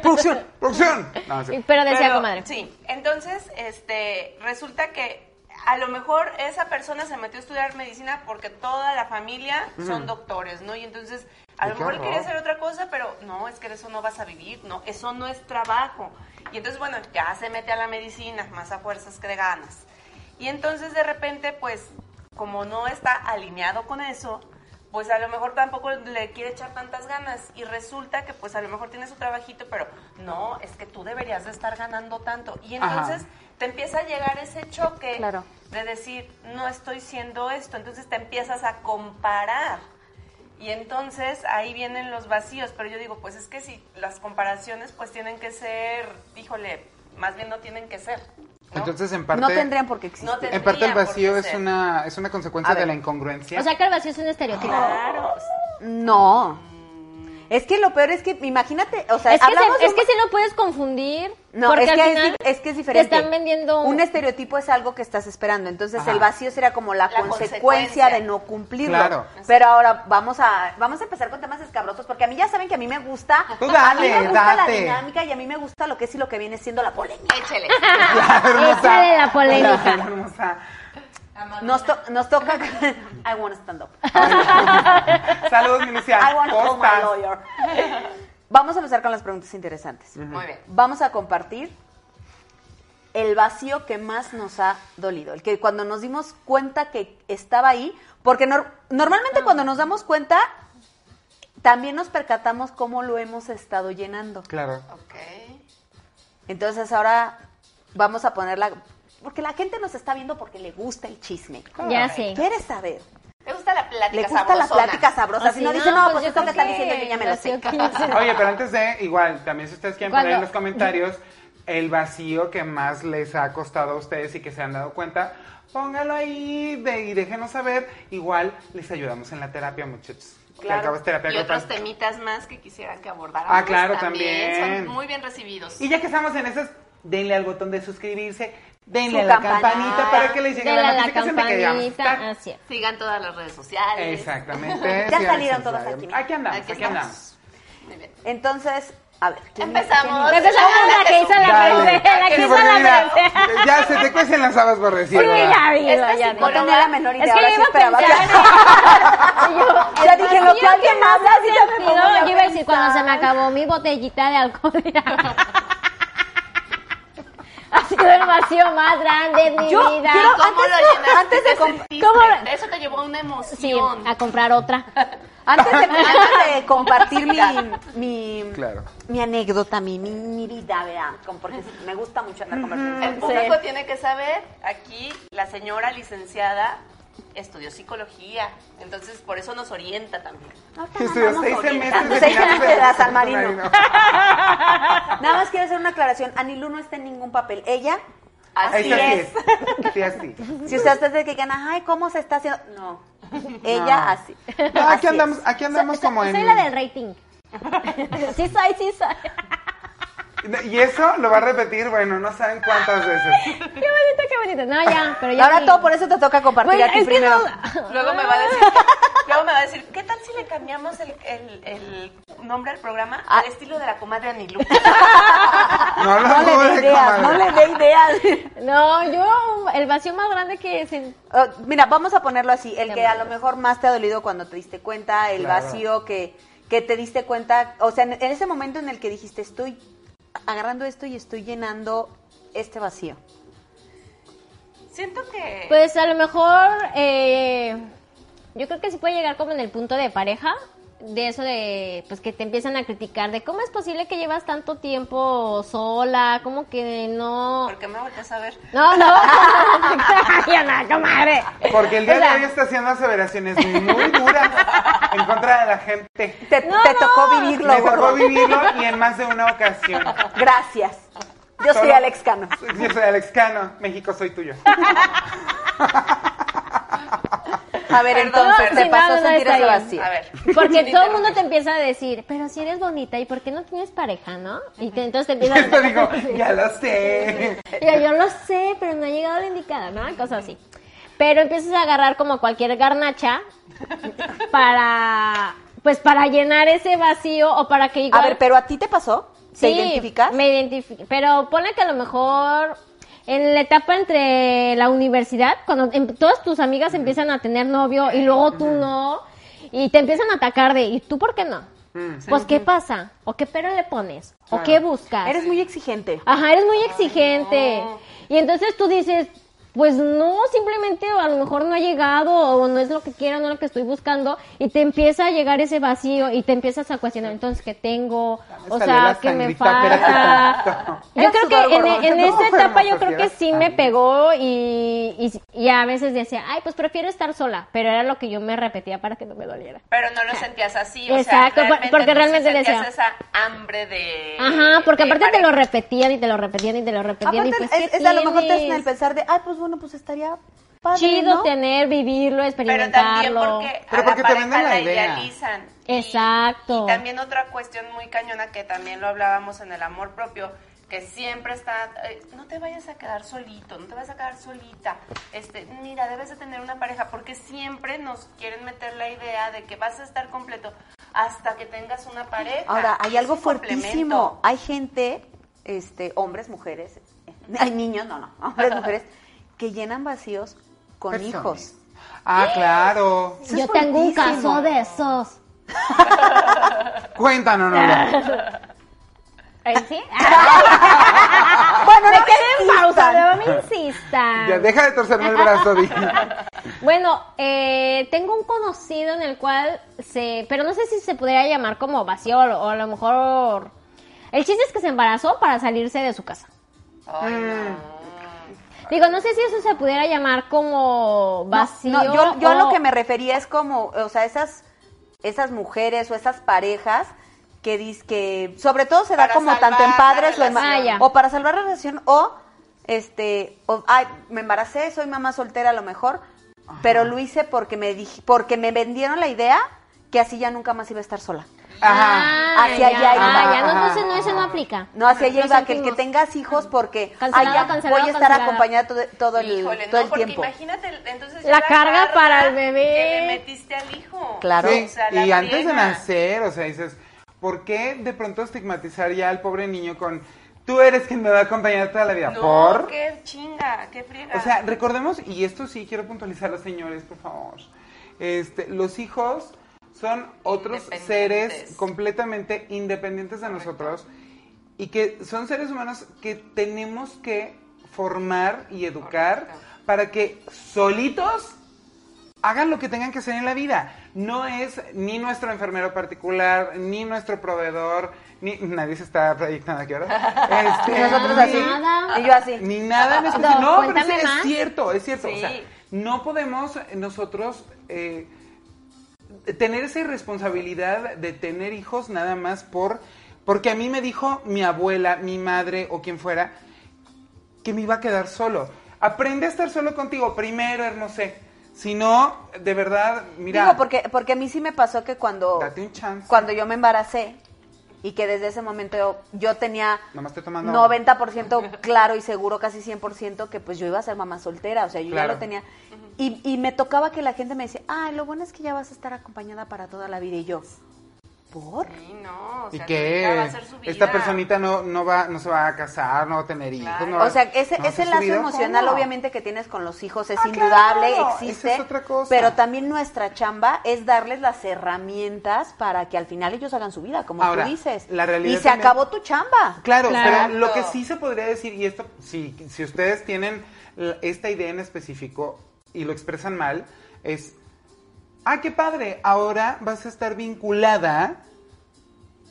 [SPEAKER 2] producción, producción. No, sí.
[SPEAKER 3] Pero decía
[SPEAKER 1] Pero,
[SPEAKER 3] comadre.
[SPEAKER 1] Sí, entonces, este, resulta que a lo mejor esa persona se metió a estudiar medicina porque toda la familia son doctores, ¿no? Y entonces, a
[SPEAKER 2] Qué
[SPEAKER 1] lo mejor él
[SPEAKER 2] horror.
[SPEAKER 1] quería hacer otra cosa, pero no, es que de eso no vas a vivir, no, eso no es trabajo. Y entonces, bueno, ya se mete a la medicina, más a fuerzas que ganas. Y entonces, de repente, pues, como no está alineado con eso, pues a lo mejor tampoco le quiere echar tantas ganas y resulta que pues a lo mejor tiene su trabajito, pero no, es que tú deberías de estar ganando tanto. Y
[SPEAKER 2] Ajá.
[SPEAKER 1] entonces te empieza a llegar ese choque
[SPEAKER 4] Claro.
[SPEAKER 1] de decir, no estoy siendo esto, entonces te empiezas a comparar. Y entonces ahí vienen los vacíos, pero yo digo, pues es que si las comparaciones pues tienen que ser, híjole, más bien no tienen que ser. ¿no?
[SPEAKER 2] Entonces, en parte,
[SPEAKER 4] No tendrían por qué existir.
[SPEAKER 1] No
[SPEAKER 2] en parte el
[SPEAKER 1] tendrían por
[SPEAKER 2] vacío
[SPEAKER 1] qué
[SPEAKER 2] es
[SPEAKER 1] ser.
[SPEAKER 2] una, es una consecuencia
[SPEAKER 4] A ver.
[SPEAKER 2] de la incongruencia.
[SPEAKER 3] O sea que el vacío es un estereotipo.
[SPEAKER 1] Claro.
[SPEAKER 4] No. Es que lo peor es que, imagínate, o sea,
[SPEAKER 3] es que,
[SPEAKER 4] hablamos
[SPEAKER 3] se-
[SPEAKER 4] de
[SPEAKER 3] es
[SPEAKER 4] un-
[SPEAKER 3] que sí lo puedes confundir.
[SPEAKER 4] No,
[SPEAKER 3] porque
[SPEAKER 4] es
[SPEAKER 3] al
[SPEAKER 4] que, es,
[SPEAKER 3] final
[SPEAKER 4] di- es que es diferente.
[SPEAKER 3] Te están vendiendo
[SPEAKER 4] Un estereotipo es algo que estás esperando. Entonces,
[SPEAKER 2] Ajá.
[SPEAKER 4] el vacío será como la,
[SPEAKER 1] La
[SPEAKER 4] consecuencia,
[SPEAKER 1] consecuencia.
[SPEAKER 4] de no cumplirlo.
[SPEAKER 2] Claro.
[SPEAKER 4] Pero ahora vamos a vamos a empezar con temas escabrosos, porque a mí ya saben que a mí me gusta.
[SPEAKER 2] Tú dale,
[SPEAKER 4] a mí me gusta la
[SPEAKER 2] date.
[SPEAKER 4] dinámica y a mí me gusta lo que es y lo que viene siendo la polémica.
[SPEAKER 1] Échele.
[SPEAKER 3] Esa de la polémica.
[SPEAKER 2] hermosa.
[SPEAKER 4] Nos, to-
[SPEAKER 3] (laughs)
[SPEAKER 4] nos toca. (laughs) I want to stand up.
[SPEAKER 2] Saludos, mi Lucía.
[SPEAKER 4] I want to call my
[SPEAKER 2] Postas.
[SPEAKER 4] lawyer. (laughs) Vamos a empezar con las preguntas interesantes.
[SPEAKER 1] Muy bien.
[SPEAKER 4] vamos a compartir el vacío que más nos ha dolido, el que cuando nos dimos cuenta que estaba ahí, porque nor- normalmente cuando nos damos cuenta, también nos percatamos cómo lo hemos estado llenando.
[SPEAKER 2] Claro.
[SPEAKER 1] Ok.
[SPEAKER 4] Entonces ahora vamos a ponerla, porque la gente nos está viendo porque le gusta el chisme.
[SPEAKER 3] Ya sé.
[SPEAKER 4] ¿Quieres saber?
[SPEAKER 1] Me gusta la plática
[SPEAKER 4] Le gusta la
[SPEAKER 1] sabrosona.
[SPEAKER 4] plática sabrosa. Si
[SPEAKER 3] Así,
[SPEAKER 4] no dice, no, pues
[SPEAKER 3] yo
[SPEAKER 4] esto que
[SPEAKER 3] creo
[SPEAKER 4] están diciendo yo ya me lo sé.
[SPEAKER 3] vacío que-
[SPEAKER 2] Oye, pero antes de, igual, también si ustedes quieren poner en
[SPEAKER 3] Cuando-
[SPEAKER 2] los comentarios el vacío que más les ha costado a ustedes y que se han dado cuenta, póngalo ahí de- y déjenos saber. Igual les ayudamos en la terapia, muchachos. Que
[SPEAKER 4] Claro.
[SPEAKER 2] acabas terapia
[SPEAKER 1] Y
[SPEAKER 2] grupal.
[SPEAKER 1] otros temitas más que quisieran que abordáramos.
[SPEAKER 2] Ah, claro, también.
[SPEAKER 1] Son muy bien recibidos.
[SPEAKER 2] Y ya que estamos en esas, denle al botón de suscribirse, denle
[SPEAKER 4] Su
[SPEAKER 2] a la
[SPEAKER 4] campanita.
[SPEAKER 2] campanita, para que les llegue
[SPEAKER 3] De
[SPEAKER 2] la
[SPEAKER 3] la, la
[SPEAKER 2] notificación de que ya vamos a estar.
[SPEAKER 3] campanita. ah, Así es.
[SPEAKER 1] Sigan todas las redes sociales.
[SPEAKER 2] Exactamente.
[SPEAKER 4] Ya
[SPEAKER 2] sí,
[SPEAKER 4] salieron
[SPEAKER 2] sí,
[SPEAKER 4] todas
[SPEAKER 2] sí.
[SPEAKER 4] aquí.
[SPEAKER 2] Aquí andamos,
[SPEAKER 1] Aquí
[SPEAKER 2] aquí,
[SPEAKER 1] estamos.
[SPEAKER 2] andamos.
[SPEAKER 1] Muy bien.
[SPEAKER 4] Entonces, a ver. ¿quién-
[SPEAKER 1] Empezamos.
[SPEAKER 3] Empezamos con la que hizo la
[SPEAKER 2] Dale.
[SPEAKER 3] profe. La que
[SPEAKER 2] Sí,
[SPEAKER 3] hizo
[SPEAKER 2] porque mira,
[SPEAKER 3] la profe.
[SPEAKER 2] (laughs) ya se te cuecen las habas por decir.
[SPEAKER 3] Sí,
[SPEAKER 2] ¿verdad?
[SPEAKER 3] ya vi,
[SPEAKER 1] Esta
[SPEAKER 3] ya vi.
[SPEAKER 4] No tenía la menor idea.
[SPEAKER 3] Es que
[SPEAKER 4] ahora
[SPEAKER 3] yo
[SPEAKER 4] sí
[SPEAKER 3] iba a
[SPEAKER 4] esperaba que- (laughs)
[SPEAKER 3] pensar. en- yo,
[SPEAKER 4] Ya
[SPEAKER 3] el
[SPEAKER 4] dije, lo que
[SPEAKER 3] vacío
[SPEAKER 4] alguien
[SPEAKER 3] no
[SPEAKER 4] habla, sí
[SPEAKER 3] hace
[SPEAKER 4] ya me
[SPEAKER 3] sentido,
[SPEAKER 4] pongo yo a
[SPEAKER 3] Yo iba a decir, cuando se me
[SPEAKER 4] pensar.
[SPEAKER 3] acabó mi botellita de alcohol. (laughs) ha sido el vacío más grande de mi
[SPEAKER 4] Yo
[SPEAKER 3] vida.
[SPEAKER 4] quiero-
[SPEAKER 1] ¿Cómo
[SPEAKER 4] Antes-
[SPEAKER 1] lo llenaste?
[SPEAKER 4] antes de
[SPEAKER 1] ¿Qué
[SPEAKER 4] comp-
[SPEAKER 1] sentiste?
[SPEAKER 3] ¿Cómo?
[SPEAKER 1] Eso te llevó a una
[SPEAKER 3] Sí,
[SPEAKER 1] emoción.
[SPEAKER 3] a comprar otra.
[SPEAKER 4] (laughs) Antes de, antes de compartir mi, mi,
[SPEAKER 2] Claro.
[SPEAKER 4] mi anécdota, mi, mi, mi vida, ¿verdad? Como porque me gusta mucho andar conversando.
[SPEAKER 1] El público tiene que saber, aquí la señora licenciada estudió psicología, entonces por eso nos orienta también.
[SPEAKER 2] Que estudió seis semestres de
[SPEAKER 4] Seis
[SPEAKER 2] finanzas
[SPEAKER 4] semestres de
[SPEAKER 2] de
[SPEAKER 4] San Marino. Nada más quiero hacer una aclaración. Anilú no está en ningún papel. Ella,
[SPEAKER 1] Así
[SPEAKER 2] Así
[SPEAKER 1] es.
[SPEAKER 2] es. Sí, así.
[SPEAKER 4] si ustedes ustedes que digan, ay, ¿cómo se está haciendo? No. Ella así.
[SPEAKER 2] No,
[SPEAKER 4] Así
[SPEAKER 2] aquí
[SPEAKER 4] es.
[SPEAKER 2] andamos, aquí andamos
[SPEAKER 3] So-
[SPEAKER 2] como
[SPEAKER 3] so-
[SPEAKER 2] en...
[SPEAKER 3] Soy la del rating. (laughs) sí soy, sí soy.
[SPEAKER 2] Y eso lo va a repetir, bueno, no saben cuántas veces.
[SPEAKER 3] Qué bonito, qué bonito. No, ya, pero
[SPEAKER 4] Y
[SPEAKER 3] ya.
[SPEAKER 4] ahora
[SPEAKER 3] sí.
[SPEAKER 4] todo por eso te toca compartir
[SPEAKER 3] Bueno,
[SPEAKER 4] a ti
[SPEAKER 3] es que
[SPEAKER 4] primero.
[SPEAKER 3] no- (laughs)
[SPEAKER 1] Luego me va a decir, luego me va a decir, ¿qué tal si le cambiamos el, el- el nombre al programa
[SPEAKER 4] Ah.
[SPEAKER 1] al estilo de la comadre Anilú?
[SPEAKER 2] (laughs) No lo
[SPEAKER 4] No le dé
[SPEAKER 2] dude,
[SPEAKER 4] ideas,
[SPEAKER 2] Ah, comadre.
[SPEAKER 4] no le dé ideas.
[SPEAKER 2] (laughs)
[SPEAKER 3] No, yo, el vacío más grande que se-
[SPEAKER 4] Oh, mira, vamos a ponerlo así, el
[SPEAKER 3] Ya
[SPEAKER 4] que
[SPEAKER 3] me
[SPEAKER 4] a lo mejor más te ha dolido cuando te diste cuenta, el
[SPEAKER 2] Claro.
[SPEAKER 4] vacío que, que te diste cuenta, o sea, en, en ese momento en el que dijiste, estoy agarrando esto y estoy llenando este vacío.
[SPEAKER 1] Siento que...
[SPEAKER 3] Pues a lo mejor, eh, yo creo que sí puede llegar como en el punto de pareja, de eso de, pues que te empiezan a criticar, de cómo es posible que llevas tanto tiempo sola, como que no...
[SPEAKER 1] ¿Por qué me volteas a ver?
[SPEAKER 3] No, (laughs) no, ya no, comadre.
[SPEAKER 2] Porque el día
[SPEAKER 3] O sea,
[SPEAKER 2] de hoy está haciendo aseveraciones muy duras en contra de la gente.
[SPEAKER 4] Te,
[SPEAKER 3] No,
[SPEAKER 4] te
[SPEAKER 3] no.
[SPEAKER 4] tocó
[SPEAKER 2] Me
[SPEAKER 4] vivirlo,
[SPEAKER 2] tocó
[SPEAKER 4] gordo.
[SPEAKER 2] vivirlo y en más de una ocasión.
[SPEAKER 4] Gracias. Yo soy
[SPEAKER 2] Solo-
[SPEAKER 4] Alex Cano.
[SPEAKER 2] (laughs) Yo soy Alex Cano, México soy
[SPEAKER 4] (laughs)
[SPEAKER 2] tuyo.
[SPEAKER 4] A ver,
[SPEAKER 1] Perdón,
[SPEAKER 4] entonces,
[SPEAKER 1] perdón.
[SPEAKER 4] te
[SPEAKER 3] Sí, no,
[SPEAKER 4] pasó
[SPEAKER 3] no,
[SPEAKER 4] a sentir
[SPEAKER 3] está
[SPEAKER 4] ese
[SPEAKER 3] bien.
[SPEAKER 4] vacío.
[SPEAKER 1] A ver. (laughs) Sin
[SPEAKER 3] Porque todo el
[SPEAKER 1] interrumpir.
[SPEAKER 3] mundo te empieza a decir, pero si eres bonita, ¿y por qué no tienes pareja, no? Y te- entonces
[SPEAKER 2] (laughs)
[SPEAKER 3] te
[SPEAKER 2] Y
[SPEAKER 3] empiezan
[SPEAKER 2] esto
[SPEAKER 3] (laughs)
[SPEAKER 4] (laughs)
[SPEAKER 2] digo, ya lo sé.
[SPEAKER 3] Yo, yo lo sé, pero no ha llegado la indicada, ¿no? Cosas así. Pero empiezas a agarrar como cualquier garnacha para, pues para llenar ese vacío o para que igual...
[SPEAKER 4] A ver, pero a ti te pasó, ¿te identificas?
[SPEAKER 3] Me identifico, pero ponle que a lo mejor en la etapa entre la universidad, cuando em- todas tus amigas empiezan a tener novio y luego tú no, y te empiezan a atacar de, ¿y tú por qué no? Pues, ¿qué pasa? ¿O qué pero le pones? ¿O qué buscas?
[SPEAKER 4] Eres muy exigente.
[SPEAKER 3] Ajá, eres muy exigente. Y entonces tú dices, pues no, simplemente a lo mejor no ha llegado o no es lo que quiero, no es lo que estoy buscando y te empieza a llegar ese vacío y te empiezas a cuestionar, entonces, ¿qué tengo?
[SPEAKER 2] me
[SPEAKER 3] O
[SPEAKER 2] salió
[SPEAKER 3] sea,
[SPEAKER 2] la
[SPEAKER 3] ¿qué me
[SPEAKER 2] sangrita, espérate
[SPEAKER 3] falta?
[SPEAKER 2] tantito.
[SPEAKER 3] Yo
[SPEAKER 4] Era
[SPEAKER 3] creo
[SPEAKER 4] sudor,
[SPEAKER 3] que en,
[SPEAKER 4] gordo.
[SPEAKER 3] en
[SPEAKER 2] No,
[SPEAKER 3] esa
[SPEAKER 2] pero
[SPEAKER 3] etapa
[SPEAKER 2] no
[SPEAKER 3] yo creo que
[SPEAKER 2] sufrieras
[SPEAKER 3] sí me
[SPEAKER 2] tanto.
[SPEAKER 3] pegó y, y, y a veces decía, ay, pues prefiero estar sola, pero era lo que yo me repetía para que no me doliera.
[SPEAKER 1] Pero no lo sentías así,
[SPEAKER 3] Exacto,
[SPEAKER 1] o sea,
[SPEAKER 3] por- porque realmente
[SPEAKER 1] entonces sentías
[SPEAKER 3] decía-
[SPEAKER 1] esa hambre de...
[SPEAKER 3] Ajá, porque
[SPEAKER 1] de
[SPEAKER 3] aparte te lo
[SPEAKER 1] pareja.
[SPEAKER 3] repetían y te lo repetían y te lo repetían.
[SPEAKER 4] Aparte,
[SPEAKER 3] y pues,
[SPEAKER 4] es,
[SPEAKER 3] ¿qué
[SPEAKER 4] es a lo mejor te hacen
[SPEAKER 3] tienes?
[SPEAKER 4] el pensar de, ay, pues bueno, pues estaría padre,
[SPEAKER 3] chido
[SPEAKER 4] ¿no?
[SPEAKER 3] tener, vivirlo,
[SPEAKER 1] Pero también
[SPEAKER 3] experimentarlo.
[SPEAKER 1] porque a
[SPEAKER 2] Pero porque
[SPEAKER 1] la
[SPEAKER 2] te venden
[SPEAKER 1] pareja la,
[SPEAKER 2] la idea.
[SPEAKER 1] idealizan. Y-
[SPEAKER 3] Exacto.
[SPEAKER 1] Y también otra cuestión muy cañona que también lo hablábamos en el amor propio, que siempre está, eh, no te vayas a quedar solito, no te vayas a quedar solita. Este, mira, debes de tener una pareja porque siempre nos quieren meter la idea de que vas a estar completo hasta que tengas una pareja.
[SPEAKER 4] Ahora, hay algo
[SPEAKER 1] Es un complemento.
[SPEAKER 4] fuertísimo. Hay gente, este, hombres, mujeres, (laughs) hay niños, no, no, hombres, mujeres, que llenan vacíos con
[SPEAKER 2] Personas.
[SPEAKER 4] hijos.
[SPEAKER 2] Ah, claro.
[SPEAKER 4] Eso es
[SPEAKER 3] Yo tengo un
[SPEAKER 4] fuertísimo.
[SPEAKER 3] caso de esos.
[SPEAKER 2] Cuéntanos, Lola.
[SPEAKER 3] ¿Eh, ¿Sí?
[SPEAKER 4] Bueno,
[SPEAKER 3] Ah, me
[SPEAKER 4] no
[SPEAKER 3] quedé en pausa,
[SPEAKER 4] insistan.
[SPEAKER 3] no me insistan.
[SPEAKER 4] Ah.
[SPEAKER 2] Ya deja de torcerme el brazo,
[SPEAKER 4] (laughs)
[SPEAKER 2] dije.
[SPEAKER 3] Bueno, eh, tengo un conocido en el cual se... Pero no sé si se podría llamar como vacío o o a lo mejor... El chiste es que se embarazó para salirse de su casa.
[SPEAKER 1] Ay, no.
[SPEAKER 3] Digo, no sé si eso se pudiera llamar como vacío.
[SPEAKER 4] No, yo, yo a lo
[SPEAKER 3] o-
[SPEAKER 4] que me refería es como, o sea, esas, esas mujeres o esas parejas que dis que sobre todo se da
[SPEAKER 1] Para
[SPEAKER 4] como tanto en
[SPEAKER 1] salvar la
[SPEAKER 4] padres o en ma-
[SPEAKER 3] relación. Ah, ya.
[SPEAKER 4] o para salvar la relación o este o, ay me embaracé soy mamá soltera a lo mejor pero lo hice porque me dij- porque me vendieron la idea que así ya nunca más iba a estar sola
[SPEAKER 2] Ajá.
[SPEAKER 3] Ah,
[SPEAKER 4] hacia
[SPEAKER 3] ya,
[SPEAKER 4] allá iba.
[SPEAKER 3] Ah, ya, no,
[SPEAKER 2] Ajá.
[SPEAKER 3] entonces no, eso no aplica.
[SPEAKER 4] no hacia allá
[SPEAKER 3] Lo
[SPEAKER 4] iba que el que
[SPEAKER 3] sentimos.
[SPEAKER 4] tengas hijos porque ay,
[SPEAKER 3] Cancelado,
[SPEAKER 4] ya
[SPEAKER 3] cancelado,
[SPEAKER 4] voy a estar
[SPEAKER 3] cancelado.
[SPEAKER 4] acompañada todo, todo el
[SPEAKER 1] Híjole,
[SPEAKER 4] todo
[SPEAKER 1] no,
[SPEAKER 4] el
[SPEAKER 1] porque
[SPEAKER 4] tiempo
[SPEAKER 1] imagínate, el- entonces ya
[SPEAKER 3] La carga para el bebé.
[SPEAKER 1] que le metiste al hijo.
[SPEAKER 4] Claro.
[SPEAKER 2] Sí,
[SPEAKER 1] O sea, la
[SPEAKER 2] y antes de
[SPEAKER 1] friega.
[SPEAKER 2] nacer, o sea, dices, ¿por qué de pronto estigmatizar ya al pobre niño con tú eres quien me va a acompañar toda la vida?
[SPEAKER 1] No,
[SPEAKER 2] ¿Por?
[SPEAKER 1] qué chinga, qué friega.
[SPEAKER 2] O sea, recordemos, y esto sí quiero puntualizar los señores, por favor. Este, los hijos son otros
[SPEAKER 1] Independientes.
[SPEAKER 2] seres completamente independientes de nosotros y que son seres humanos que tenemos que formar y educar para que solitos hagan lo que tengan que hacer en la vida. No es ni nuestro enfermero particular, ni nuestro proveedor, ni nadie se está proyectando aquí ahora. Este,
[SPEAKER 4] Y nosotros
[SPEAKER 2] ni-
[SPEAKER 4] así
[SPEAKER 3] Nada.
[SPEAKER 4] y yo así
[SPEAKER 2] ni nada en especial.
[SPEAKER 3] No,
[SPEAKER 2] No, pero
[SPEAKER 3] cuéntame
[SPEAKER 2] es, es
[SPEAKER 3] más.
[SPEAKER 2] cierto, es cierto.
[SPEAKER 1] Sí.
[SPEAKER 2] O sea, no podemos nosotros eh, tener esa irresponsabilidad de tener hijos nada más por porque a mí me dijo mi abuela, mi madre o quien fuera que me iba a quedar solo. Aprende a estar solo contigo primero, hermosé. Si no, de verdad, mira,
[SPEAKER 4] Digo, porque, porque a mí sí me pasó que cuando,
[SPEAKER 2] date un chance.
[SPEAKER 4] cuando yo me embaracé y que desde ese momento yo, yo tenía
[SPEAKER 2] Nomás estoy tomando
[SPEAKER 4] 90% claro y seguro, casi 100%, que pues yo iba a ser mamá soltera, o sea, yo
[SPEAKER 2] Claro.
[SPEAKER 4] ya lo tenía. Y, y me tocaba que la gente me decía, ah, lo bueno es que ya vas a estar acompañada para toda la vida. Y yo, ¿por?
[SPEAKER 1] Sí, no, o
[SPEAKER 2] y
[SPEAKER 1] sea,
[SPEAKER 2] que
[SPEAKER 1] ahorita va a ser su vida.
[SPEAKER 2] esta personita no, no va no se va a casar, no va a tener hijos.
[SPEAKER 1] Claro.
[SPEAKER 2] no va-
[SPEAKER 4] O sea, ese,
[SPEAKER 2] no va a
[SPEAKER 4] ese
[SPEAKER 2] hacer su
[SPEAKER 4] lazo
[SPEAKER 2] vida
[SPEAKER 4] emocional
[SPEAKER 2] sola.
[SPEAKER 4] obviamente que tienes con los hijos es
[SPEAKER 2] Ah,
[SPEAKER 4] indudable,
[SPEAKER 2] claro,
[SPEAKER 4] existe,
[SPEAKER 2] esa es otra cosa.
[SPEAKER 4] pero también nuestra chamba es darles las herramientas para que al final ellos hagan su vida, como
[SPEAKER 2] Ahora,
[SPEAKER 4] tú dices.
[SPEAKER 2] la realidad
[SPEAKER 4] y se
[SPEAKER 2] también-
[SPEAKER 4] acabó tu chamba.
[SPEAKER 2] Claro,
[SPEAKER 3] Claro.
[SPEAKER 2] pero lo que sí se podría decir, y esto, si, si ustedes tienen l- esta idea en específico y lo expresan mal, es, ah, qué padre, ahora vas a estar vinculada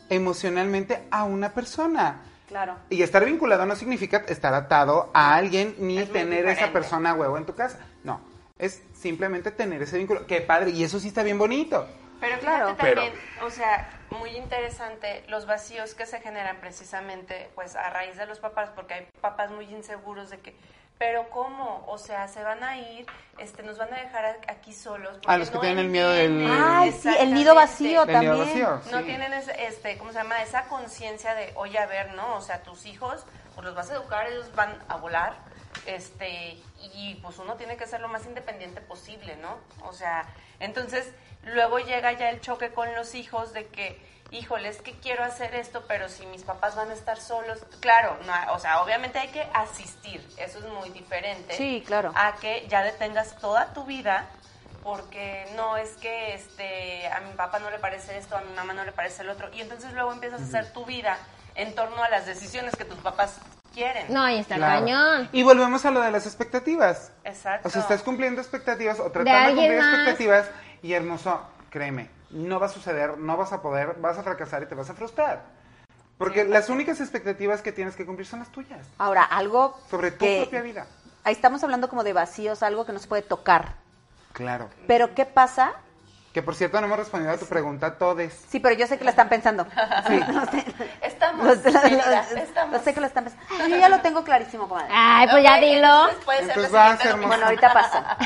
[SPEAKER 2] emocionalmente a una persona.
[SPEAKER 4] Claro.
[SPEAKER 2] Y estar vinculado no significa estar atado a alguien ni
[SPEAKER 1] Es muy
[SPEAKER 2] tener a esa
[SPEAKER 1] diferente.
[SPEAKER 2] persona a huevo en tu casa. No, es simplemente tener ese vínculo. Qué padre, y eso sí está bien bonito.
[SPEAKER 1] Pero claro,
[SPEAKER 4] Claro.
[SPEAKER 1] también, o sea, muy interesante los vacíos que se generan precisamente pues a raíz de los papás, porque hay papás muy inseguros de que pero cómo, o sea, se van a ir, este nos van a dejar a- aquí solos porque
[SPEAKER 2] los que
[SPEAKER 1] no
[SPEAKER 2] tienen el miedo del-
[SPEAKER 1] entienden.
[SPEAKER 4] Ay, sí, el nido vacío
[SPEAKER 2] El
[SPEAKER 1] Exactamente.
[SPEAKER 2] nido
[SPEAKER 4] también.
[SPEAKER 2] vacío,
[SPEAKER 1] No
[SPEAKER 2] sí.
[SPEAKER 1] tienen es- este, ¿cómo se llama? Esa conciencia de, "Oye, a ver, no, o sea, tus hijos pues los vas a educar, ellos van a volar." Este, y pues uno tiene que ser lo más independiente posible, ¿no? O sea, entonces luego llega ya el choque con los hijos de que, híjole, es que quiero hacer esto, pero si mis papás van a estar solos, claro, no, o sea, obviamente hay que asistir, eso es muy diferente.
[SPEAKER 4] Sí, claro.
[SPEAKER 1] A que ya detengas toda tu vida porque no es que este a mi papá no le parece esto, a mi mamá no le parece el otro y entonces luego empiezas a hacer tu vida en torno a las decisiones que tus papás quieren.
[SPEAKER 3] No, y está
[SPEAKER 2] Claro.
[SPEAKER 3] cañón.
[SPEAKER 2] Y volvemos a lo de las expectativas.
[SPEAKER 1] Exacto.
[SPEAKER 2] O sea, estás cumpliendo expectativas o
[SPEAKER 3] De
[SPEAKER 2] tratando de
[SPEAKER 3] alguien
[SPEAKER 2] cumplir
[SPEAKER 3] más.
[SPEAKER 2] expectativas y hermoso, créeme, no va a suceder, no vas a poder, vas a fracasar y te vas a frustrar. Porque las únicas expectativas que tienes que cumplir son las tuyas,
[SPEAKER 4] Ahora, algo
[SPEAKER 2] sobre tu
[SPEAKER 4] que-
[SPEAKER 2] propia vida.
[SPEAKER 4] Ahí estamos hablando como de vacíos, algo que no se puede tocar.
[SPEAKER 2] Claro.
[SPEAKER 4] Pero ¿qué pasa?
[SPEAKER 2] Que por cierto no hemos respondido a tu pregunta, todes.
[SPEAKER 4] Sí, pero yo sé que la están pensando. (laughs) No sé.
[SPEAKER 1] Estamos,
[SPEAKER 4] Los- los-
[SPEAKER 1] querida,
[SPEAKER 4] los-
[SPEAKER 1] estamos.
[SPEAKER 4] lo sé que lo están pensando. Ay, yo ya lo tengo clarísimo, comadre.
[SPEAKER 3] Ay, pues ya
[SPEAKER 1] Ok,
[SPEAKER 3] dilo.
[SPEAKER 1] entonces puede ser
[SPEAKER 2] Entonces
[SPEAKER 1] la
[SPEAKER 2] vas,
[SPEAKER 1] siguiente
[SPEAKER 2] hermosa.
[SPEAKER 4] Bueno,
[SPEAKER 2] (laughs)
[SPEAKER 4] ahorita pasa.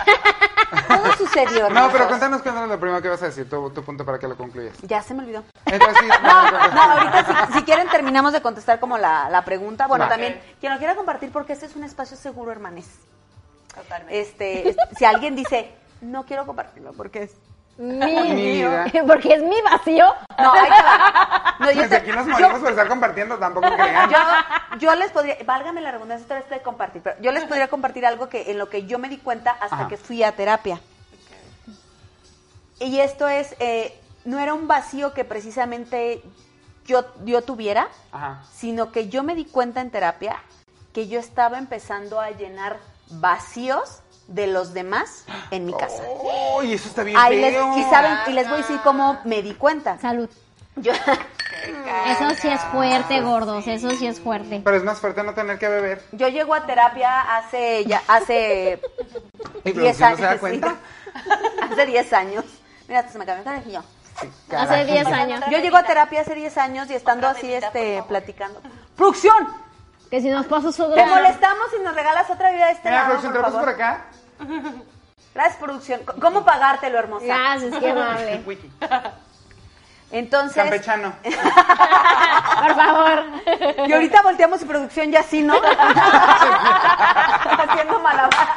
[SPEAKER 4] Todo sucedió,
[SPEAKER 2] No, pero
[SPEAKER 4] hermosos.
[SPEAKER 2] cuéntanos, cuéntanos lo primero que vas a decir, tu, tu punto para que lo concluyas.
[SPEAKER 4] Ya se me olvidó.
[SPEAKER 2] Entonces, sí, vamos a
[SPEAKER 4] (laughs) No,
[SPEAKER 2] continuar.
[SPEAKER 4] ahorita si, si quieren terminamos de contestar como la, la pregunta. Bueno,
[SPEAKER 2] Va.
[SPEAKER 4] también quien lo quiera compartir porque este es un espacio seguro, hermanes.
[SPEAKER 1] Totalmente.
[SPEAKER 4] Este, es- si alguien dice, no quiero compartirlo porque es...
[SPEAKER 3] Mi-
[SPEAKER 2] Mi vida.
[SPEAKER 3] (laughs) Porque es mi vacío.
[SPEAKER 4] No, ahí te va. No, yo,
[SPEAKER 2] Pues
[SPEAKER 4] te-
[SPEAKER 2] aquí nos
[SPEAKER 4] yo-
[SPEAKER 2] morimos por estar compartiendo, tampoco
[SPEAKER 4] (laughs)
[SPEAKER 2] crean.
[SPEAKER 4] yo- yo les podría, válgame la redundancia, otra vez de compartir, pero yo les podría compartir algo que en lo que yo me di cuenta hasta
[SPEAKER 2] Ajá.
[SPEAKER 4] que fui a terapia. Y esto es, eh, no era un vacío que precisamente yo, yo tuviera,
[SPEAKER 2] Ajá.
[SPEAKER 4] sino que yo me di cuenta en terapia que yo estaba empezando a llenar vacíos de los demás en mi casa.
[SPEAKER 2] Uy, eso está bien
[SPEAKER 4] Ahí les-
[SPEAKER 2] feo.
[SPEAKER 4] y saben, y les voy a decir cómo me di cuenta.
[SPEAKER 3] Salud.
[SPEAKER 4] Yo,
[SPEAKER 3] Eso sí es fuerte, gordos. Eso sí es fuerte.
[SPEAKER 2] Pero es más fuerte no tener que beber.
[SPEAKER 4] yo llego a terapia hace ya, hace
[SPEAKER 2] Y
[SPEAKER 4] 10
[SPEAKER 2] producción no
[SPEAKER 4] años.
[SPEAKER 2] se da
[SPEAKER 4] sí.
[SPEAKER 2] cuenta.
[SPEAKER 4] (laughs) hace 10 años. Mira, hasta se me cambió el carajillo.
[SPEAKER 2] Sí,
[SPEAKER 3] Hace
[SPEAKER 2] carajo.
[SPEAKER 3] 10 años.
[SPEAKER 4] Yo llego a terapia hace 10 años y estando
[SPEAKER 1] Otra
[SPEAKER 4] así,
[SPEAKER 1] velita, por
[SPEAKER 4] este,
[SPEAKER 1] favor.
[SPEAKER 4] platicando. ¡Producción!
[SPEAKER 3] Que si nos pasas su
[SPEAKER 4] Te molestamos y nos regalas otra vida de este
[SPEAKER 2] Mira,
[SPEAKER 4] lado,
[SPEAKER 2] producción,
[SPEAKER 4] por
[SPEAKER 2] ¿te lo pasas
[SPEAKER 4] favor.
[SPEAKER 2] por acá?
[SPEAKER 4] Gracias, producción. C- ¿Cómo pagártelo, hermosa?
[SPEAKER 3] Gracias,
[SPEAKER 4] (laughs)
[SPEAKER 3] qué amable.
[SPEAKER 2] Wiki.
[SPEAKER 4] Entonces,
[SPEAKER 2] Campechano.
[SPEAKER 3] Por favor.
[SPEAKER 4] y ahorita volteamos su producción
[SPEAKER 2] (laughs)
[SPEAKER 4] ya así, ¿no? (laughs) Haciendo malabar.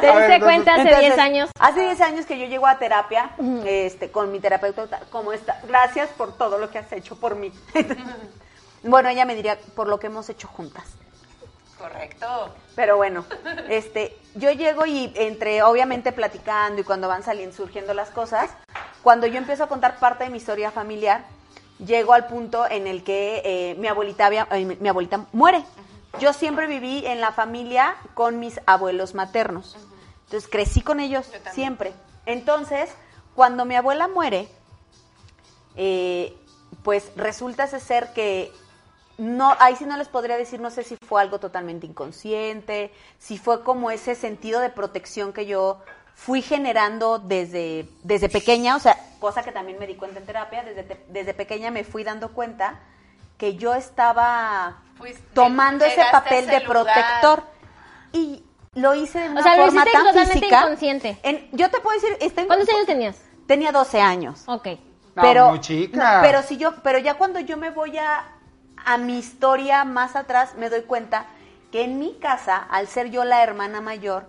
[SPEAKER 3] ¿Te
[SPEAKER 2] A ver,
[SPEAKER 3] diste
[SPEAKER 2] entonces-
[SPEAKER 3] cuenta hace
[SPEAKER 4] Entonces,
[SPEAKER 3] 10 años?
[SPEAKER 4] Hace 10 años que yo llego a terapia este, con mi terapeuta. ¿Cómo está? Gracias por todo lo que has hecho por mí. (laughs) bueno, ella me diría por lo que hemos hecho juntas.
[SPEAKER 1] Correcto.
[SPEAKER 4] Pero bueno, este, yo llego y entre, obviamente, platicando y cuando van saliendo, surgiendo las cosas, cuando yo empiezo a contar parte de mi historia familiar, llego al punto en el que eh, mi, abuelita, había- eh, mi mi abuelita muere. Yo siempre viví en la familia con mis abuelos maternos. Entonces crecí con ellos
[SPEAKER 1] Yo también.
[SPEAKER 4] siempre. Entonces, cuando mi abuela muere, eh, pues resulta ese ser que no, ahí sí no les podría decir, no sé si fue algo totalmente inconsciente, si fue como ese sentido de protección que yo fui generando desde, desde pequeña, o sea, cosa que también me di cuenta en terapia, desde, te- desde pequeña me fui dando cuenta que yo estaba
[SPEAKER 1] Fuiste-
[SPEAKER 4] tomando ese
[SPEAKER 1] Pues, llegaste a
[SPEAKER 4] papel
[SPEAKER 1] ese
[SPEAKER 4] de
[SPEAKER 1] lugar.
[SPEAKER 4] protector y lo hice de una
[SPEAKER 3] sea, lo
[SPEAKER 4] forma
[SPEAKER 3] hiciste
[SPEAKER 4] tan
[SPEAKER 3] totalmente
[SPEAKER 4] física.
[SPEAKER 3] inconsciente.
[SPEAKER 4] En- yo te puedo decir, está en-
[SPEAKER 3] ¿Cuántos años tenías?
[SPEAKER 4] tenía 12 años.
[SPEAKER 3] Ok.
[SPEAKER 2] No,
[SPEAKER 4] pero
[SPEAKER 2] muy chica.
[SPEAKER 4] no, pero si yo pero ya cuando yo me voy a a mi historia más atrás me doy cuenta que en mi casa al ser yo la hermana mayor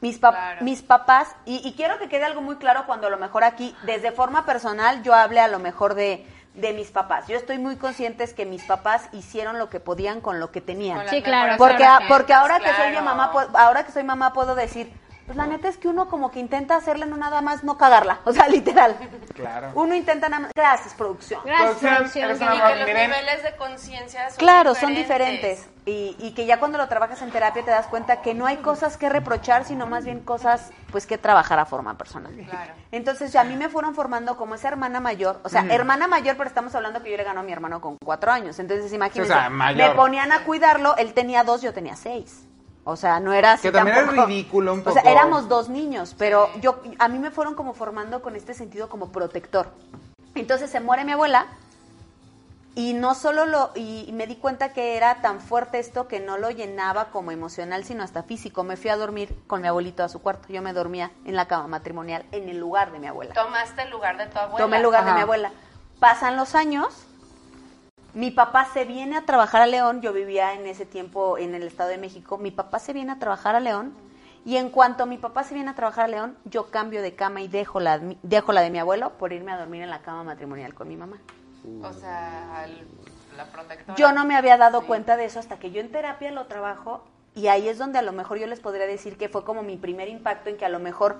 [SPEAKER 4] mis pap-
[SPEAKER 1] Claro.
[SPEAKER 4] mis papás y, y quiero que quede algo muy claro cuando a lo mejor aquí desde forma personal yo hable a lo mejor de de mis papás yo estoy muy consciente que mis papás hicieron lo que podían con lo que tenían
[SPEAKER 1] Con las
[SPEAKER 3] Sí, claro.
[SPEAKER 1] mejores
[SPEAKER 4] porque, a- porque ahora que
[SPEAKER 1] herramientas,
[SPEAKER 4] soy yo
[SPEAKER 1] claro.
[SPEAKER 4] mamá, pu- ahora que soy mamá puedo decir, pues la neta es que uno como que intenta hacerla no nada más no cagarla, o sea, literal.
[SPEAKER 2] Claro.
[SPEAKER 4] Uno intenta nada más, gracias producción.
[SPEAKER 3] Gracias,
[SPEAKER 2] Producción,
[SPEAKER 3] producción.
[SPEAKER 2] eres
[SPEAKER 1] Y
[SPEAKER 2] una
[SPEAKER 3] Qué-
[SPEAKER 1] que los
[SPEAKER 2] Miren.
[SPEAKER 1] niveles de conciencia son
[SPEAKER 4] Claro,
[SPEAKER 1] diferentes.
[SPEAKER 4] son diferentes. Y, y que ya cuando lo trabajas en terapia te das cuenta que no hay cosas que reprochar, sino más bien cosas pues que trabajar a forma personal.
[SPEAKER 1] Claro.
[SPEAKER 4] Entonces a mí me fueron formando como esa hermana mayor, o sea, hermana mayor, pero estamos hablando que yo le ganó a mi hermano con cuatro años. Entonces imagínense,
[SPEAKER 2] O sea, mayor.
[SPEAKER 4] me ponían a cuidarlo, él tenía dos, yo tenía seis. O sea, no era así
[SPEAKER 2] Que también era
[SPEAKER 4] tampoco.
[SPEAKER 2] ridículo un
[SPEAKER 4] O sea,
[SPEAKER 2] poco.
[SPEAKER 4] éramos dos niños, pero yo a mí me fueron como formando con este sentido como protector. Entonces se muere mi abuela y no solo lo y me di cuenta que era tan fuerte esto que no lo llenaba como emocional, sino hasta físico. Me fui a dormir con mi abuelito a su cuarto. Yo me dormía en la cama matrimonial en el lugar de mi abuela.
[SPEAKER 1] Tomaste el lugar de tu abuela.
[SPEAKER 4] Tomé el lugar de
[SPEAKER 2] Ajá.
[SPEAKER 4] mi abuela. Pasan los años. Mi papá se viene a trabajar a León. Yo vivía en ese tiempo en el Estado de México. Mi papá se viene a trabajar a León. Y en cuanto mi papá se viene a trabajar a León, yo cambio de cama y dejo la, de mi- dejo la de mi abuelo por irme a dormir en la cama matrimonial con mi mamá.
[SPEAKER 1] O sea, al- la protectora.
[SPEAKER 4] Yo no me había dado
[SPEAKER 1] Sí.
[SPEAKER 4] cuenta de eso hasta que yo en terapia lo trabajo y ahí es donde a lo mejor yo les podría decir que fue como mi primer impacto en que a lo mejor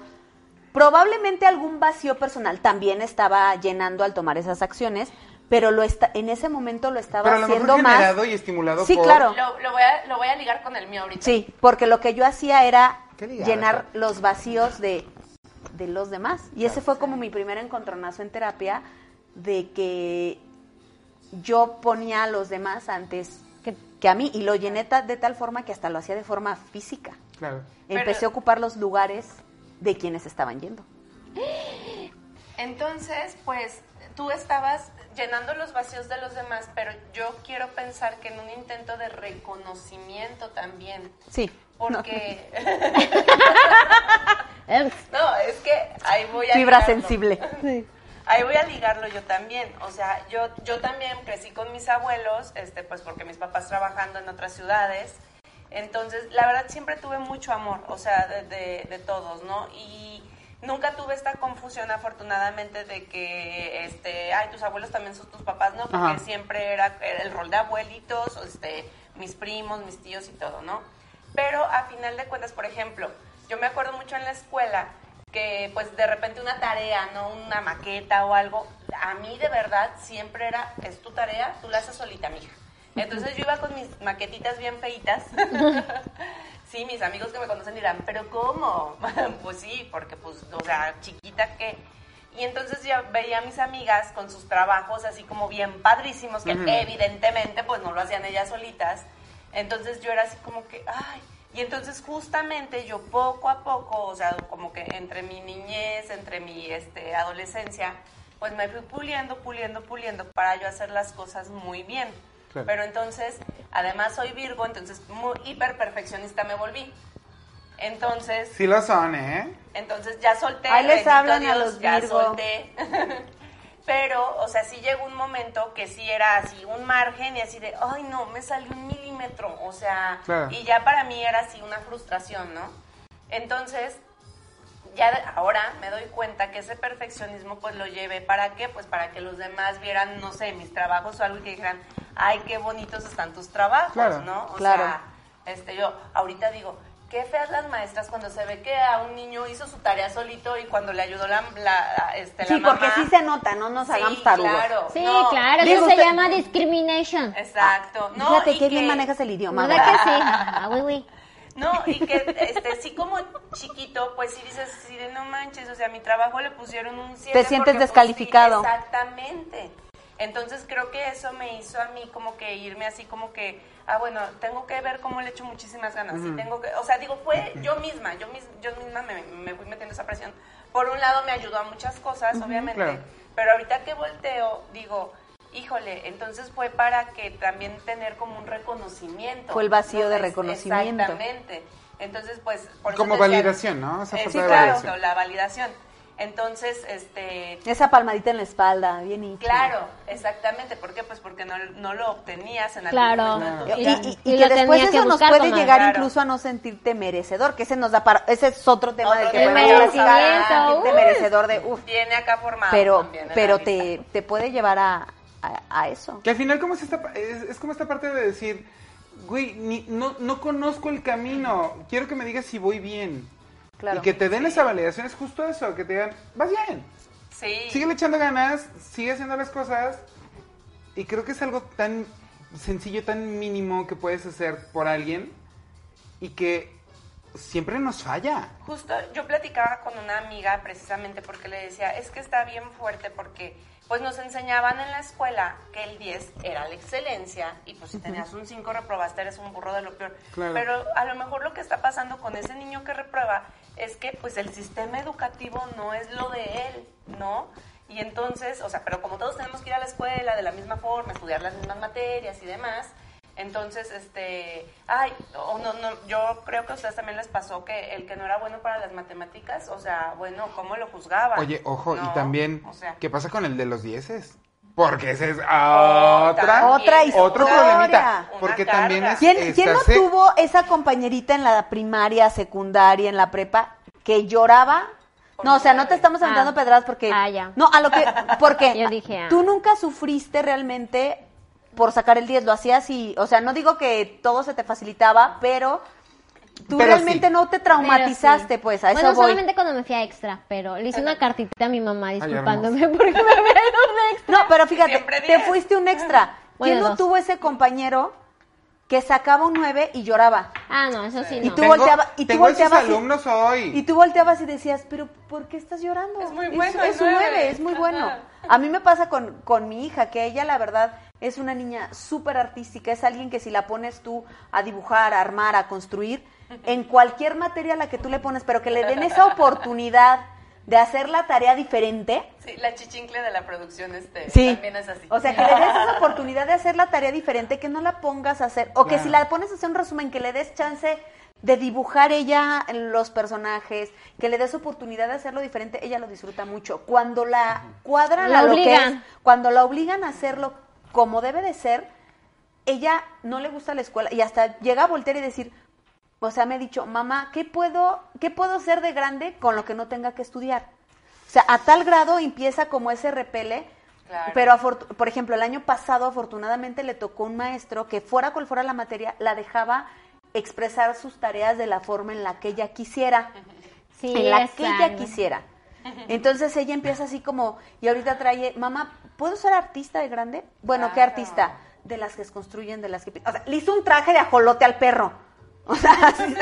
[SPEAKER 4] probablemente algún vacío personal también estaba llenando al tomar esas acciones, pero lo está, en ese momento lo estaba
[SPEAKER 2] Pero a lo mejor
[SPEAKER 4] haciendo más.
[SPEAKER 2] generado y estimulado
[SPEAKER 4] Sí,
[SPEAKER 2] por-
[SPEAKER 4] claro.
[SPEAKER 1] Lo, lo voy a, lo voy a ligar con el mío ahorita.
[SPEAKER 4] Sí, porque lo que yo hacía era
[SPEAKER 2] Qué ligada,
[SPEAKER 4] llenar
[SPEAKER 2] Fer.
[SPEAKER 4] los vacíos de, de los demás. Y ese fue como mi primer encontronazo en terapia de que yo ponía a los demás antes que, que a mí y lo llené ta- de tal forma que hasta lo hacía de forma física.
[SPEAKER 2] Claro.
[SPEAKER 1] Pero-
[SPEAKER 4] Empecé a ocupar los lugares de quienes estaban yendo.
[SPEAKER 1] Entonces, pues tú estabas llenando los vacíos de los demás, pero yo quiero pensar que en un intento de reconocimiento también.
[SPEAKER 4] Sí. (laughs)
[SPEAKER 1] Porque. (laughs)
[SPEAKER 3] Eh,
[SPEAKER 1] No, es que ahí voy a.
[SPEAKER 4] Fibra
[SPEAKER 1] ligarlo.
[SPEAKER 4] sensible.
[SPEAKER 1] Ahí voy a ligarlo yo también. O sea, yo, yo también crecí con mis abuelos, este, pues porque mis papás trabajando en otras ciudades. Entonces, la verdad siempre tuve mucho amor, o sea, de, de- de todos, ¿no? Y nunca tuve esta confusión, afortunadamente, de que, este, ay, tus abuelos también son tus papás, ¿no? Porque
[SPEAKER 2] Ajá.
[SPEAKER 1] siempre era, era el rol de abuelitos, o este, mis primos, mis tíos y todo, ¿no? Pero a final de cuentas, por ejemplo, yo me acuerdo mucho en la escuela que pues de repente una tarea, ¿no? Una maqueta o algo, a mí de verdad siempre era, es tu tarea, tú la haces solita, mija. Entonces yo iba con mis maquetitas bien feitas. sí, mis amigos que me conocen dirán, ¿pero cómo? (laughs) pues sí, porque pues, o sea, chiquita que... Y entonces ya veía a mis amigas con sus trabajos así como bien padrísimos, que evidentemente pues no lo hacían ellas solitas. Entonces yo era así como que, ay, y entonces justamente yo poco a poco, o sea, como que entre mi niñez, entre mi este, adolescencia, pues me fui puliendo, puliendo, puliendo para yo hacer las cosas muy bien.
[SPEAKER 2] Claro.
[SPEAKER 1] Pero entonces, además soy Virgo, entonces muy hiper perfeccionista me volví. Entonces,
[SPEAKER 2] Sí lo son, ¿eh?
[SPEAKER 1] entonces ya solté.
[SPEAKER 4] Ahí les
[SPEAKER 1] bendito
[SPEAKER 4] hablan a los
[SPEAKER 1] ya
[SPEAKER 4] Virgo.
[SPEAKER 1] solté. (laughs) Pero, o sea, sí llegó un momento que sí era así un margen y así de, ay, no, me salió un milímetro. O sea,
[SPEAKER 2] Claro.
[SPEAKER 1] y ya para mí era así una frustración, ¿no? Entonces, ya de- ahora me doy cuenta que ese perfeccionismo pues lo llevé para qué? Pues para que los demás vieran, no sé, mis trabajos o algo y que dijeran, ay, qué bonitos están tus trabajos,
[SPEAKER 2] Claro.
[SPEAKER 1] ¿no? O
[SPEAKER 4] Claro.
[SPEAKER 1] sea, este, yo ahorita digo, qué feas las maestras cuando se ve que a un niño hizo su tarea solito y cuando le ayudó la, la, este, la
[SPEAKER 4] Sí, porque
[SPEAKER 1] mamá.
[SPEAKER 4] sí se nota, no nos
[SPEAKER 1] Sí,
[SPEAKER 4] hagamos tarugos.
[SPEAKER 1] claro.
[SPEAKER 3] Sí,
[SPEAKER 1] no,
[SPEAKER 3] claro,
[SPEAKER 4] Digo,
[SPEAKER 3] eso se
[SPEAKER 4] usted-
[SPEAKER 3] llama discrimination.
[SPEAKER 1] Exacto. No,
[SPEAKER 4] Ah, Fíjate
[SPEAKER 1] y
[SPEAKER 4] que bien manejas el idioma.
[SPEAKER 3] ¿Verdad que
[SPEAKER 4] ¿verdad?
[SPEAKER 3] sí? Ah, uy, uy.
[SPEAKER 1] No, y que este, sí como chiquito, pues sí dices, sí de no manches, o sea, a mi trabajo le pusieron un 7.
[SPEAKER 4] sientes descalificado.
[SPEAKER 1] exactamente. Entonces creo que eso me hizo a mí como que irme así como que, ah, bueno, tengo que ver cómo le echo muchísimas ganas. y tengo que, o sea, digo, fue yo misma, yo, mis- yo misma me, me fui metiendo esa presión. Por un lado me ayudó a muchas cosas, obviamente,
[SPEAKER 2] claro.
[SPEAKER 1] pero ahorita que volteo, digo, híjole, entonces fue para que también tener como un reconocimiento.
[SPEAKER 4] Fue el vacío de
[SPEAKER 1] Es-
[SPEAKER 4] reconocimiento.
[SPEAKER 1] Exactamente. Entonces, pues... por eso
[SPEAKER 2] Como
[SPEAKER 1] te decía-
[SPEAKER 2] validación, ¿no? Esa
[SPEAKER 1] Eh,
[SPEAKER 2] falta
[SPEAKER 1] sí,
[SPEAKER 2] de
[SPEAKER 1] claro,
[SPEAKER 2] validación.
[SPEAKER 1] la validación. Entonces, este,
[SPEAKER 4] Esa palmadita en la espalda, bien hincha.
[SPEAKER 1] Claro, exactamente. ¿Por qué? Pues porque no, no lo obtenías en algún
[SPEAKER 3] Claro.
[SPEAKER 1] momento.
[SPEAKER 4] Y,
[SPEAKER 3] Claro.
[SPEAKER 1] Entonces,
[SPEAKER 3] Y-
[SPEAKER 4] y-
[SPEAKER 3] y
[SPEAKER 4] y
[SPEAKER 3] lo
[SPEAKER 4] que después
[SPEAKER 3] tenías que
[SPEAKER 4] eso nos
[SPEAKER 3] buscar,
[SPEAKER 4] puede
[SPEAKER 3] comadre.
[SPEAKER 4] llegar
[SPEAKER 1] Claro.
[SPEAKER 4] incluso a no sentirte merecedor, que ese nos da para, ese es otro tema
[SPEAKER 1] Otro
[SPEAKER 4] del que
[SPEAKER 1] tema.
[SPEAKER 4] podemos platicar,
[SPEAKER 3] Merecimiento,
[SPEAKER 4] sentirte
[SPEAKER 3] uy.
[SPEAKER 4] merecedor de uff,
[SPEAKER 1] Viene acá formado.
[SPEAKER 4] pero,
[SPEAKER 1] también en la
[SPEAKER 4] pero
[SPEAKER 1] lista.
[SPEAKER 4] te, te puede llevar a, a- a eso.
[SPEAKER 2] Que al final como es, esta, pa- es, es como esta parte de decir, güey, ni- no, no conozco el camino, quiero que me digas si voy bien.
[SPEAKER 4] Claro.
[SPEAKER 2] Y que te den esa validación es justo eso, que te digan, vas bien,
[SPEAKER 1] Sí.
[SPEAKER 2] sigue echando ganas, sigue haciendo las cosas. Y creo que es algo tan sencillo, tan mínimo que puedes hacer por alguien y que siempre nos falla.
[SPEAKER 1] Justo yo platicaba con una amiga precisamente porque le decía, es que está bien fuerte porque pues nos enseñaban en la escuela que el 10 era la excelencia y pues si tenías un 5 reprobaste eres un burro de lo peor.
[SPEAKER 2] Claro.
[SPEAKER 1] Pero a lo mejor lo que está pasando con ese niño que reprueba es que pues el sistema educativo no es lo de él, ¿no? Y entonces, o sea, pero como todos tenemos que ir a la escuela de la misma forma, estudiar las mismas materias y demás, entonces, este, ay, o no, no, yo creo que a ustedes también les pasó que el que no era bueno para las matemáticas, o sea, bueno, ¿cómo lo juzgaban?
[SPEAKER 2] Oye, ojo,
[SPEAKER 1] No,
[SPEAKER 2] y también,
[SPEAKER 1] o sea,
[SPEAKER 2] ¿qué pasa con el de los dieces? Porque esa es otra,
[SPEAKER 4] Otra
[SPEAKER 2] otro
[SPEAKER 4] historia.
[SPEAKER 2] problemita.
[SPEAKER 1] Una
[SPEAKER 2] Porque
[SPEAKER 1] carga.
[SPEAKER 2] también es,
[SPEAKER 4] ¿Quién,
[SPEAKER 2] es
[SPEAKER 4] quién no
[SPEAKER 2] hace-
[SPEAKER 4] tuvo esa compañerita en la primaria, secundaria, en la prepa, que lloraba? No, o sea, no te estamos aventando
[SPEAKER 3] Ah.
[SPEAKER 4] pedradas porque...
[SPEAKER 3] Ah, ya.
[SPEAKER 4] No, a lo que... Porque
[SPEAKER 3] (laughs) Yo dije, ah.
[SPEAKER 4] tú nunca sufriste realmente por sacar el 10, lo hacías y... O sea, no digo que todo se te facilitaba, pero tú
[SPEAKER 2] Pero
[SPEAKER 4] realmente
[SPEAKER 2] sí.
[SPEAKER 4] no te
[SPEAKER 3] Pero
[SPEAKER 4] (laughs) traumatizaste,
[SPEAKER 3] sí.
[SPEAKER 4] pues, a eso
[SPEAKER 3] bueno,
[SPEAKER 4] voy.
[SPEAKER 3] solamente cuando me fui a extra, pero le hice una cartita a mi mamá disculpándome (laughs)
[SPEAKER 2] hermoso.
[SPEAKER 3] porque me había dado un extra.
[SPEAKER 4] No, pero fíjate,
[SPEAKER 1] Siempre
[SPEAKER 4] te
[SPEAKER 1] diez.
[SPEAKER 4] fuiste un extra.
[SPEAKER 3] Bueno,
[SPEAKER 4] ¿Quién no
[SPEAKER 3] dos.
[SPEAKER 4] tuvo ese compañero que sacaba un 9 y lloraba?
[SPEAKER 3] Ah, no, eso sí,
[SPEAKER 4] Y
[SPEAKER 3] no.
[SPEAKER 4] tú
[SPEAKER 2] Tengo-
[SPEAKER 4] volteabas y tú
[SPEAKER 2] tengo esos
[SPEAKER 4] volteabas y-
[SPEAKER 2] alumnos hoy.
[SPEAKER 4] Y tú volteabas y decías, pero ¿por qué estás llorando?
[SPEAKER 1] Es muy bueno,
[SPEAKER 4] Es,
[SPEAKER 1] el
[SPEAKER 4] un
[SPEAKER 1] nueve.
[SPEAKER 4] nueve, es muy bueno.
[SPEAKER 1] Ajá.
[SPEAKER 4] A mí me pasa con, con mi hija, que ella la verdad es una niña súper artística, es alguien que si la pones tú a dibujar, a armar, a construir, en cualquier materia a la que tú le pones, pero que le den esa oportunidad de hacer la tarea diferente.
[SPEAKER 1] sí, la chichincle de la producción este, también es así.
[SPEAKER 4] O sea, que le des esa oportunidad de hacer la tarea diferente, que no la pongas a hacer, o que
[SPEAKER 2] Claro.
[SPEAKER 4] si la pones a hacer un resumen, que le des chance de dibujar ella los personajes, que le des oportunidad de hacerlo diferente, ella lo disfruta mucho. Cuando la cuadran
[SPEAKER 3] La
[SPEAKER 4] a lo que es,
[SPEAKER 3] obligan.
[SPEAKER 4] cuando la obligan a hacerlo como debe de ser, ella no le gusta la escuela y hasta llega a voltear y decir, o sea, me ha dicho, mamá, ¿qué puedo, qué puedo ser de grande con lo que no tenga que estudiar? O sea, a tal grado empieza como ese repele,
[SPEAKER 1] Claro.
[SPEAKER 4] pero afortu- por ejemplo, el año pasado afortunadamente le tocó un maestro que fuera cual fuera la materia, la dejaba expresar sus tareas de la forma en la que ella
[SPEAKER 1] (laughs)
[SPEAKER 4] quisiera
[SPEAKER 3] Sí,
[SPEAKER 4] en la
[SPEAKER 3] exacto.
[SPEAKER 4] que ella quisiera. Entonces ella empieza así como, y ahorita trae, mamá, ¿puedo ser artista de grande? Bueno, ¿qué
[SPEAKER 1] Claro.
[SPEAKER 4] artista? De las que construyen, de las que... O sea, le hizo un traje de ajolote al perro. (laughs) O sea, así,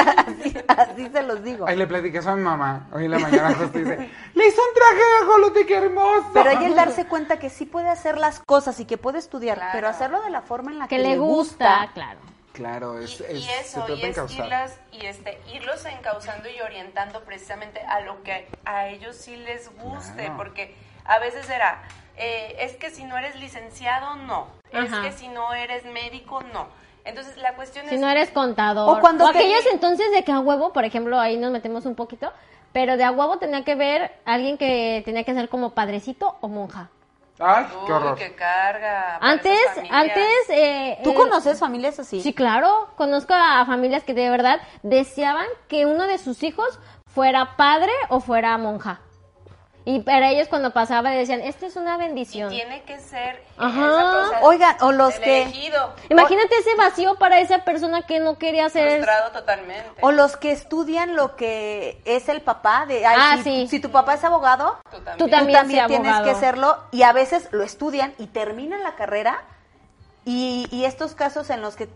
[SPEAKER 4] así- así se los digo.
[SPEAKER 2] Ahí le platiqué eso a mi mamá. Hoy en la mañana justo dice, (laughs) le hizo un traje de ajolote, qué hermoso.
[SPEAKER 4] Pero ella el darse cuenta que sí puede hacer las cosas y que puede estudiar,
[SPEAKER 1] Claro.
[SPEAKER 4] pero hacerlo de la forma en la que,
[SPEAKER 3] Que le gusta, claro.
[SPEAKER 2] Claro,
[SPEAKER 1] Y,
[SPEAKER 2] es,
[SPEAKER 1] y
[SPEAKER 2] es- se
[SPEAKER 1] eso,
[SPEAKER 2] trata
[SPEAKER 1] y
[SPEAKER 2] de
[SPEAKER 1] es
[SPEAKER 2] encauzar.
[SPEAKER 1] irlas- y este, irlos encauzando y orientando precisamente a lo que a ellos sí les guste,
[SPEAKER 2] Claro.
[SPEAKER 1] porque a veces era, eh, es que si no eres licenciado, no,
[SPEAKER 3] Ajá.
[SPEAKER 1] es que si no eres médico, no. Entonces la cuestión
[SPEAKER 3] Si
[SPEAKER 1] es...
[SPEAKER 3] no eres contador.
[SPEAKER 4] O cuando te-
[SPEAKER 3] aquellos entonces de que a huevo, por ejemplo, ahí nos metemos un poquito, pero de a huevo tenía que ver alguien que tenía que ser como padrecito o monja.
[SPEAKER 2] Ay,
[SPEAKER 1] Uy,
[SPEAKER 2] qué horror.
[SPEAKER 1] qué carga. para
[SPEAKER 3] Antes,
[SPEAKER 1] esas familias.
[SPEAKER 3] antes... eh,
[SPEAKER 4] ¿Tú
[SPEAKER 3] eh,
[SPEAKER 4] conoces familias así?
[SPEAKER 3] Sí, claro. Conozco a familias que de verdad deseaban que uno de sus hijos fuera padre o fuera monja. Y para ellos cuando pasaba decían, esto es una
[SPEAKER 1] Y
[SPEAKER 3] bendición.
[SPEAKER 1] tiene que ser... eh,
[SPEAKER 3] Ajá.
[SPEAKER 4] Oigan, o los que...
[SPEAKER 1] Elegido,
[SPEAKER 3] Imagínate ese vacío para esa persona que no quería ser...
[SPEAKER 1] frustrado totalmente.
[SPEAKER 4] O los que estudian lo que es el papá de, ay,
[SPEAKER 3] Ah,
[SPEAKER 4] si,
[SPEAKER 3] sí.
[SPEAKER 4] si tu papá es abogado,
[SPEAKER 1] Tú
[SPEAKER 3] Tú
[SPEAKER 1] también.
[SPEAKER 3] también,
[SPEAKER 4] tú también
[SPEAKER 3] sé
[SPEAKER 4] tienes
[SPEAKER 3] abogado.
[SPEAKER 4] que serlo y a veces lo estudian y terminan la carrera y, y estos casos en los que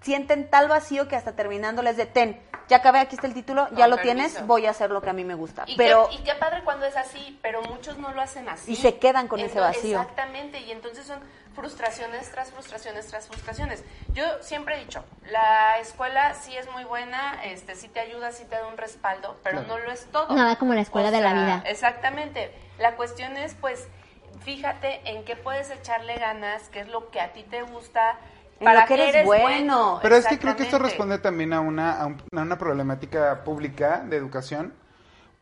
[SPEAKER 4] sienten tal vacío que hasta terminando les deten, ya acabé, aquí está el título, ya
[SPEAKER 5] Con
[SPEAKER 4] lo
[SPEAKER 5] permiso.
[SPEAKER 4] tienes, voy a hacer lo que a mí me gusta.
[SPEAKER 5] Y,
[SPEAKER 4] Pero
[SPEAKER 5] qué, y qué padre cuando es así, pero muchos no lo hacen así.
[SPEAKER 4] Y se quedan con ese
[SPEAKER 5] Ento-
[SPEAKER 4] vacío.
[SPEAKER 5] Exactamente, y entonces son frustraciones tras frustraciones tras frustraciones. Yo siempre he dicho, la escuela sí es muy buena, este sí te ayuda, sí te da un respaldo, pero no lo es todo.
[SPEAKER 3] Nada como la escuela de la vida.
[SPEAKER 5] Exactamente. La cuestión es, pues, fíjate en qué puedes echarle ganas, qué es lo que a ti te gusta.
[SPEAKER 4] En
[SPEAKER 5] para
[SPEAKER 4] lo que eres bueno.
[SPEAKER 2] Pero es que creo que esto
[SPEAKER 5] Exactamente.
[SPEAKER 2] responde también a una, a un- a una problemática pública de educación,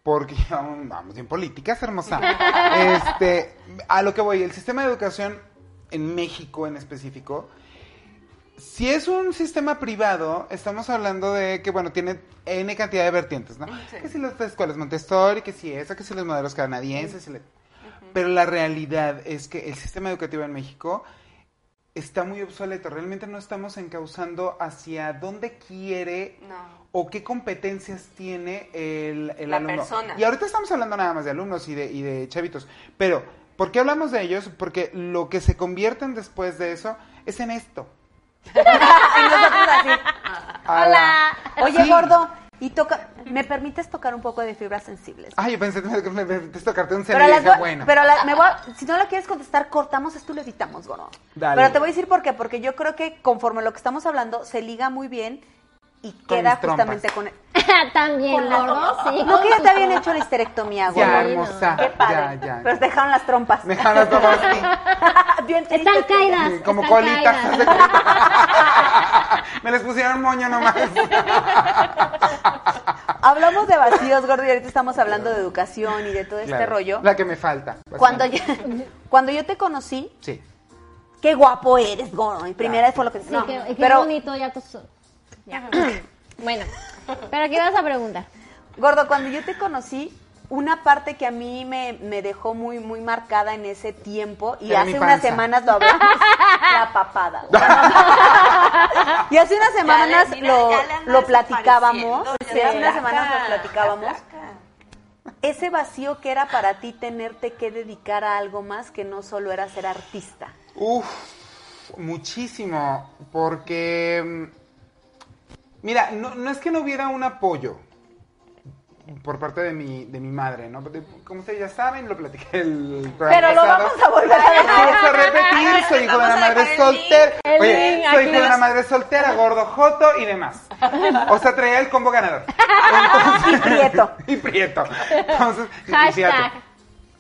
[SPEAKER 2] porque (laughs) aún vamos bien políticas, hermosa. este, a lo que voy, el sistema de educación en México en específico, si es un sistema privado, estamos hablando de que, bueno, tiene N cantidad de vertientes, ¿no? Que si las escuelas Montessori, que si eso, que si los modelos canadienses. y la- Pero la realidad es que el sistema educativo en México está muy obsoleto. Realmente no estamos encauzando hacia dónde quiere
[SPEAKER 5] No.
[SPEAKER 2] o qué competencias tiene el, el
[SPEAKER 5] La
[SPEAKER 2] alumno.
[SPEAKER 5] persona.
[SPEAKER 2] Y ahorita estamos hablando nada más de alumnos y de, y de chavitos. Pero, ¿por qué hablamos de ellos? Porque lo que se convierten después de eso es en esto.
[SPEAKER 4] y nosotros así.
[SPEAKER 2] A la-
[SPEAKER 4] Oye,
[SPEAKER 2] Sí.
[SPEAKER 4] gordo, y toca, ¿me permites tocar un poco de fibras sensibles?
[SPEAKER 2] Ay, yo pensé que me- que Ah, me permites tocarte un
[SPEAKER 4] Pero,
[SPEAKER 2] cerebro.
[SPEAKER 4] las voy-
[SPEAKER 2] bueno.
[SPEAKER 4] pero la- me voy a- si no la quieres contestar, cortamos esto y lo editamos, gordo.
[SPEAKER 2] Dale.
[SPEAKER 4] Pero te voy a decir por qué, porque yo creo que conforme lo que estamos hablando se liga muy bien y queda
[SPEAKER 2] mis trompas.
[SPEAKER 4] justamente con el-
[SPEAKER 3] (laughs) También, gordo, sí.
[SPEAKER 4] No que ya te habían hecho la histerectomía, gordo.
[SPEAKER 2] ya, hermosa.
[SPEAKER 4] Qué
[SPEAKER 2] ya,
[SPEAKER 4] padre.
[SPEAKER 2] ya. (laughs)
[SPEAKER 4] Pero te dejaron las trompas.
[SPEAKER 2] Me dejaron las trompas, sí.
[SPEAKER 4] (laughs) Bien triste.
[SPEAKER 3] (laughs) Están caídas.
[SPEAKER 2] Como
[SPEAKER 3] están
[SPEAKER 2] colitas.
[SPEAKER 3] caídas.
[SPEAKER 4] (laughs)
[SPEAKER 2] (laughs) me les pusieron moño nomás.
[SPEAKER 4] Hablamos de vacíos, gordo, y ahorita estamos hablando de educación y de todo este
[SPEAKER 2] Claro,
[SPEAKER 4] rollo.
[SPEAKER 2] La que me falta.
[SPEAKER 4] Cuando
[SPEAKER 2] básicamente.
[SPEAKER 4] yo, cuando yo te conocí,
[SPEAKER 2] Sí.
[SPEAKER 4] qué guapo eres, gordo. Y primera vez fue lo que...
[SPEAKER 3] Sí,
[SPEAKER 4] no,
[SPEAKER 3] qué, qué
[SPEAKER 4] pero,
[SPEAKER 3] bonito, ya tus... ya. Bueno, pero ¿qué vas a preguntar?
[SPEAKER 4] gordo, cuando yo te conocí, una parte que a mí me, me dejó muy, muy marcada en ese tiempo, y
[SPEAKER 2] Era mi
[SPEAKER 4] hace unas
[SPEAKER 2] panza.
[SPEAKER 4] semanas lo hablamos, la papada. (laughs) y hace unas semanas
[SPEAKER 5] mira,
[SPEAKER 4] lo,
[SPEAKER 5] ya le andas
[SPEAKER 4] lo platicábamos.
[SPEAKER 5] apareciendo,
[SPEAKER 4] sí,
[SPEAKER 5] ya
[SPEAKER 4] hace unas
[SPEAKER 5] flaca,
[SPEAKER 4] semanas lo platicábamos.
[SPEAKER 5] flaca.
[SPEAKER 4] Ese vacío que era para ti tenerte que dedicar a algo más que no solo era ser artista.
[SPEAKER 2] Uf, muchísimo, porque mm, mira, no, no es que no hubiera un apoyo por parte de mi, de mi madre, ¿no? De- como ustedes ya saben, lo platiqué el programa
[SPEAKER 4] Pero lo
[SPEAKER 2] pasado.
[SPEAKER 4] vamos a volver (laughs) a
[SPEAKER 2] Lo
[SPEAKER 4] decir.
[SPEAKER 2] vamos a repetir, soy hijo de una madre soltera.
[SPEAKER 3] El
[SPEAKER 2] Oye,
[SPEAKER 3] link,
[SPEAKER 2] soy
[SPEAKER 3] aquí
[SPEAKER 2] hijo de una
[SPEAKER 3] tenemos.
[SPEAKER 2] madre soltera, gordo, joto y demás. O sea, traía el combo ganador.
[SPEAKER 4] Y prieto.
[SPEAKER 2] (laughs) y prieto. Entonces, y fíjate,
[SPEAKER 3] Hashtag.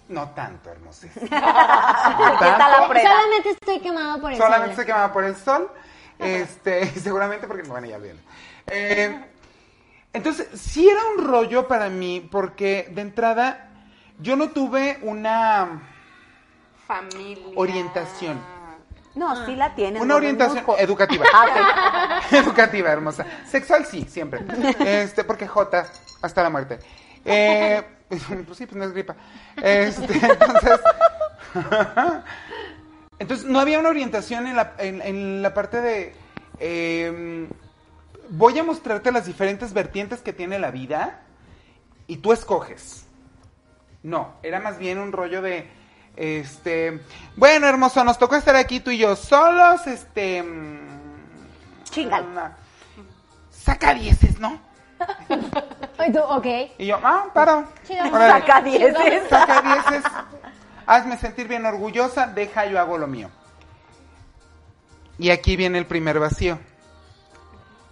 [SPEAKER 2] no tanto, hermosa.
[SPEAKER 4] Aquí está la prueba.
[SPEAKER 3] Solamente estoy quemado por el
[SPEAKER 2] Solamente
[SPEAKER 3] sol.
[SPEAKER 2] se quemaba por el sol. Este, (laughs) seguramente porque, bueno, ya bien. entonces, sí era un rollo para mí, porque de entrada yo no tuve una
[SPEAKER 5] Familia.
[SPEAKER 2] orientación.
[SPEAKER 4] No, sí la tienes.
[SPEAKER 2] Una
[SPEAKER 4] gordo,
[SPEAKER 2] orientación
[SPEAKER 4] no, jo-
[SPEAKER 2] educativa. (laughs) educativa, hermosa. Sexual sí, siempre. Este, porque J, hasta la muerte. Eh, (laughs) pues sí, pues no es gripa. Este, (laughs) entonces. entonces, no había una orientación en la, en, en la parte de. eh, voy a mostrarte las diferentes vertientes que tiene la vida y tú escoges. No, era más bien un rollo de, este, bueno, hermoso, nos tocó estar aquí tú y yo solos, este... mm,
[SPEAKER 4] Chíngale.
[SPEAKER 2] na- Saca dieces, ¿no?
[SPEAKER 3] Ay, tú, ok.
[SPEAKER 2] Y yo, ah, paro.
[SPEAKER 3] Chido.
[SPEAKER 2] Órale,
[SPEAKER 4] Saca dieces.
[SPEAKER 2] Saca dieces. Hazme sentir bien orgullosa, deja, yo hago lo mío. Y aquí viene el primer vacío,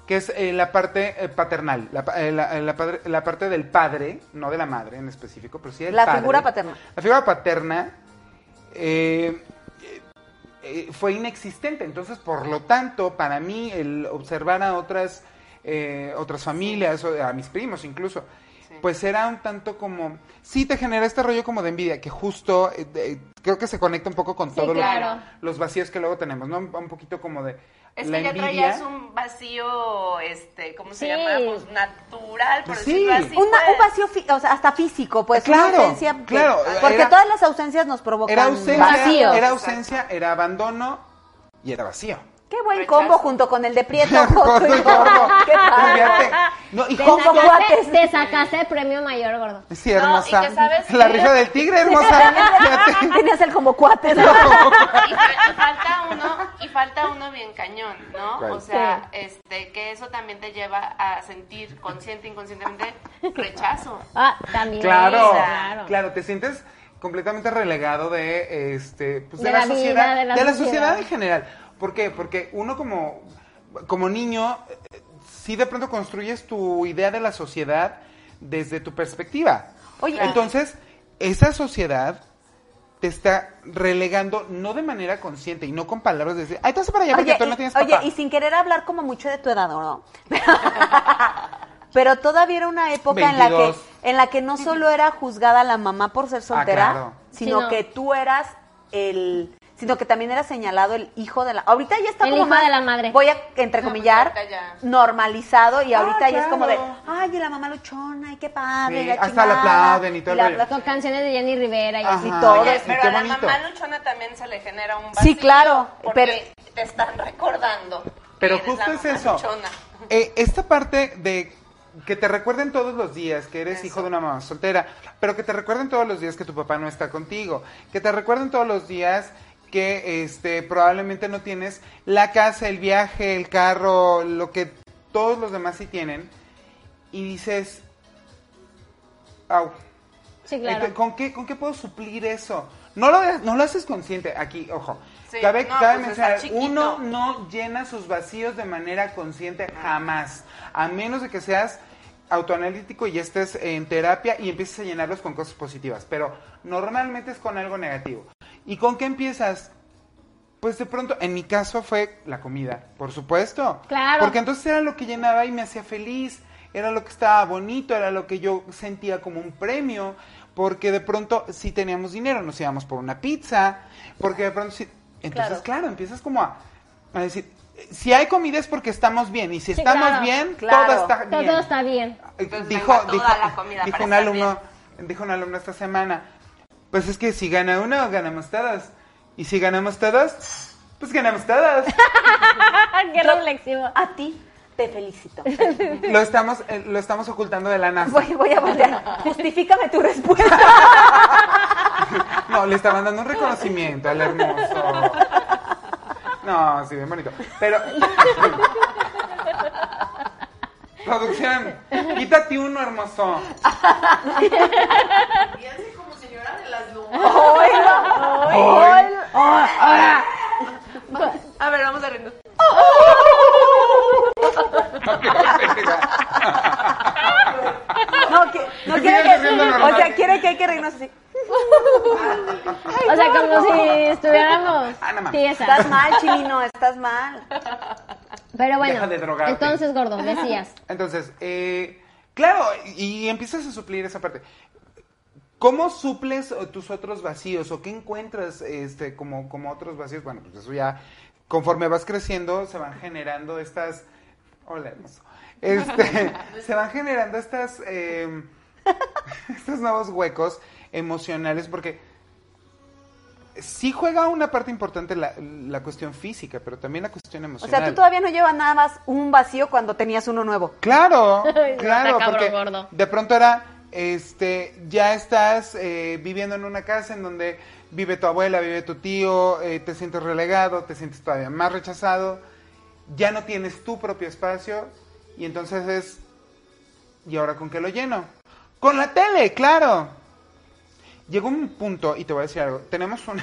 [SPEAKER 2] que es eh, la parte eh, paternal, la, pa- eh, la- eh, la padre- la parte del padre, no de la madre en específico, pero sí del
[SPEAKER 4] La
[SPEAKER 2] padre.
[SPEAKER 4] figura paterna.
[SPEAKER 2] La figura paterna eh, eh, eh, fue inexistente, entonces por lo tanto para mí el observar a otras, eh, otras familias, o a mis primos incluso, pues era un tanto como, sí te genera este rollo como de envidia, que justo eh, de- creo que se conecta un poco con
[SPEAKER 3] Sí,
[SPEAKER 2] todos los-
[SPEAKER 3] claro.
[SPEAKER 2] los vacíos que luego tenemos, ¿no? Un un poquito como de...
[SPEAKER 5] Es
[SPEAKER 2] la
[SPEAKER 5] que ya
[SPEAKER 2] envidia.
[SPEAKER 5] traías un vacío, este, ¿cómo se
[SPEAKER 3] Sí.
[SPEAKER 5] llama? Pues natural, por
[SPEAKER 2] Sí.
[SPEAKER 5] decirlo así.
[SPEAKER 4] Una-
[SPEAKER 5] pues.
[SPEAKER 4] un vacío, fi- o sea, hasta físico, pues.
[SPEAKER 2] Claro,
[SPEAKER 4] una ausencia que-
[SPEAKER 2] claro,
[SPEAKER 4] porque
[SPEAKER 2] era-
[SPEAKER 4] todas las ausencias nos provocan
[SPEAKER 2] Era ausencia,
[SPEAKER 4] vacíos.
[SPEAKER 2] era ausencia, era abandono y
[SPEAKER 5] (laughs)
[SPEAKER 2] era vacío. (laughs)
[SPEAKER 4] Qué buen
[SPEAKER 5] Rechazo.
[SPEAKER 4] combo junto con el de Prieto.
[SPEAKER 2] Gordo y gordo.
[SPEAKER 4] Qué padre.
[SPEAKER 2] Fíjate. No, y
[SPEAKER 3] Te
[SPEAKER 2] cómo-
[SPEAKER 3] sacaste,
[SPEAKER 4] cuates.
[SPEAKER 3] te sacaste el premio mayor, gordo.
[SPEAKER 2] Sí, hermosa.
[SPEAKER 5] No, ¿y qué sabes
[SPEAKER 2] la
[SPEAKER 5] qué?
[SPEAKER 2] risa del
[SPEAKER 5] (laughs)
[SPEAKER 2] tigre, hermosa. Fíjate.
[SPEAKER 4] Tenías el como cuates.
[SPEAKER 5] Y fal- falta uno, y
[SPEAKER 1] falta uno bien cañón, ¿no?
[SPEAKER 2] Right.
[SPEAKER 1] O sea, este, que eso también te lleva a sentir consciente, inconscientemente, rechazo.
[SPEAKER 3] Ah, también.
[SPEAKER 2] Claro,
[SPEAKER 3] claro.
[SPEAKER 2] claro, te sientes completamente relegado de este pues, de,
[SPEAKER 3] De
[SPEAKER 2] la,
[SPEAKER 3] la vida,
[SPEAKER 2] sociedad,
[SPEAKER 3] de la sociedad.
[SPEAKER 2] sociedad en general. ¿Por qué? Porque uno como como niño eh, sí de pronto construyes tu idea de la sociedad desde tu perspectiva.
[SPEAKER 4] Oye,
[SPEAKER 2] entonces esa sociedad te está relegando no de manera consciente y no con palabras de decir, ay, te vas para allá porque
[SPEAKER 4] Oye,
[SPEAKER 2] tú
[SPEAKER 4] y,
[SPEAKER 2] no tienes
[SPEAKER 4] oye,
[SPEAKER 2] papá.
[SPEAKER 4] y sin querer hablar como mucho de tu edad, ¿o ¿no? (laughs) Pero todavía era una época en la que
[SPEAKER 2] 22.
[SPEAKER 4] en la que no solo era juzgada la mamá por ser soltera,
[SPEAKER 2] Ah, claro.
[SPEAKER 4] sino
[SPEAKER 3] Sí, no.
[SPEAKER 4] que tú eras el sino que también era señalado el hijo de la ahorita ya está
[SPEAKER 3] El
[SPEAKER 4] como
[SPEAKER 3] hijo de la madre.
[SPEAKER 4] voy a entrecomillar
[SPEAKER 1] No, pues ahorita ya.
[SPEAKER 4] normalizado y ahorita ya es como de
[SPEAKER 2] Ah, claro.
[SPEAKER 4] ay y la mamá luchona y qué padre
[SPEAKER 2] Sí,
[SPEAKER 4] la
[SPEAKER 2] hasta la
[SPEAKER 4] chingada,
[SPEAKER 2] aplauden y todo el
[SPEAKER 4] la
[SPEAKER 2] rollo.
[SPEAKER 4] apla-
[SPEAKER 3] Con canciones de Jenny Rivera y
[SPEAKER 2] Ajá,
[SPEAKER 3] así.
[SPEAKER 4] y todo
[SPEAKER 2] ya,
[SPEAKER 4] eso.
[SPEAKER 2] y
[SPEAKER 1] Pero
[SPEAKER 2] qué
[SPEAKER 1] a la
[SPEAKER 2] bonito.
[SPEAKER 1] mamá luchona también se le genera un vacío.
[SPEAKER 4] Sí, claro,
[SPEAKER 1] Porque te están recordando. que
[SPEAKER 2] Pero
[SPEAKER 1] eres la
[SPEAKER 2] justo es
[SPEAKER 1] mamá
[SPEAKER 2] eso.
[SPEAKER 1] luchona.
[SPEAKER 2] Eh, esta parte de que te recuerden todos los días que eres
[SPEAKER 1] Eso.
[SPEAKER 2] hijo de una mamá soltera, pero que te recuerden todos los días que tu papá no está contigo, que te recuerden todos los días que este probablemente no tienes la casa, el viaje, el carro, lo que todos los demás sí tienen y dices, "Au,
[SPEAKER 3] Sí, claro.
[SPEAKER 2] Ent- Este, ¿Con qué, ¿Con qué puedo suplir eso? No lo, no lo haces consciente. Aquí, ojo.
[SPEAKER 1] Sí,
[SPEAKER 2] cabe
[SPEAKER 1] no,
[SPEAKER 2] cabe
[SPEAKER 1] pues está
[SPEAKER 2] mencionar,
[SPEAKER 1] chiquito.
[SPEAKER 2] uno no llena sus vacíos de manera consciente jamás. A menos de que seas autoanalítico y estés en terapia y empieces a llenarlos con cosas positivas. Pero normalmente es con algo negativo. ¿Y con qué empiezas? Pues de pronto, en mi caso fue la comida, por supuesto.
[SPEAKER 3] Claro.
[SPEAKER 2] Porque entonces era lo que llenaba y me hacía feliz, era lo que estaba bonito, era lo que yo sentía como un premio, porque de pronto si teníamos dinero nos íbamos por una pizza, porque de pronto sí- Entonces, claro, empiezas como a, a decir, si hay comida es porque estamos bien, y si
[SPEAKER 3] Sí,
[SPEAKER 2] estamos
[SPEAKER 3] claro,
[SPEAKER 2] bien,
[SPEAKER 4] claro.
[SPEAKER 2] todo está
[SPEAKER 3] Todo,
[SPEAKER 2] bien.
[SPEAKER 3] está bien.
[SPEAKER 1] Entonces
[SPEAKER 2] dijo,
[SPEAKER 1] venga toda
[SPEAKER 2] dijo,
[SPEAKER 1] la comida
[SPEAKER 2] dijo
[SPEAKER 1] para
[SPEAKER 2] un
[SPEAKER 1] estar
[SPEAKER 2] alumno, dijo un alumno esta semana, pues es que si gana uno, ganamos todos. Y si ganamos todos, pues ganamos todos.
[SPEAKER 3] (laughs) Qué reflexivo.
[SPEAKER 4] a ti te felicito. (laughs)
[SPEAKER 2] lo estamos, eh, lo estamos ocultando de la NASA.
[SPEAKER 4] Voy, voy a voltear. Justifícame tu respuesta.
[SPEAKER 2] No, le estaban dando un reconocimiento al hermoso. No, sí, bien bonito. Pero. Producción, quítate uno,
[SPEAKER 1] (laughs)
[SPEAKER 2] hermoso.
[SPEAKER 5] Fíjense como señora de las luces.
[SPEAKER 1] A ver, vamos a ver.
[SPEAKER 4] No, que, no
[SPEAKER 2] Sí,
[SPEAKER 4] quiere
[SPEAKER 2] sigue siendo
[SPEAKER 4] que.
[SPEAKER 2] normal.
[SPEAKER 4] O sea, quiere que hay que reírnos así.
[SPEAKER 3] O sea, como si estuviéramos
[SPEAKER 2] Ah, no mames.
[SPEAKER 3] tiesa.
[SPEAKER 4] Estás mal, chilino, estás mal.
[SPEAKER 3] Pero bueno,
[SPEAKER 2] Deja de drogarte.
[SPEAKER 3] entonces, gordo, decías.
[SPEAKER 2] Entonces, eh, claro, y empiezas a suplir esa parte. ¿Cómo suples eh, tus otros vacíos o qué encuentras este, como, como otros vacíos? Bueno, pues eso ya, conforme vas creciendo, se van generando estas... Hola, hermoso.
[SPEAKER 4] (laughs)
[SPEAKER 2] Este, se van generando estas, eh, (laughs) estos nuevos huecos emocionales porque sí juega una parte importante la, la cuestión física, pero también la cuestión
[SPEAKER 4] O
[SPEAKER 2] emocional.
[SPEAKER 4] sea, tú todavía no llevas nada más un vacío cuando tenías uno nuevo.
[SPEAKER 2] Claro,
[SPEAKER 3] (laughs) Ay, no,
[SPEAKER 2] claro,
[SPEAKER 3] está cabrón,
[SPEAKER 2] porque
[SPEAKER 3] gordo.
[SPEAKER 2] de pronto era, este, ya estás eh, viviendo en una casa en donde vive tu abuela, vive tu tío, eh, te sientes relegado, te sientes todavía más rechazado, ya no tienes tu propio espacio y entonces es, ¿y ahora con qué lo lleno? Con la tele, claro. Llegó un punto, y te voy a decir algo, tenemos un,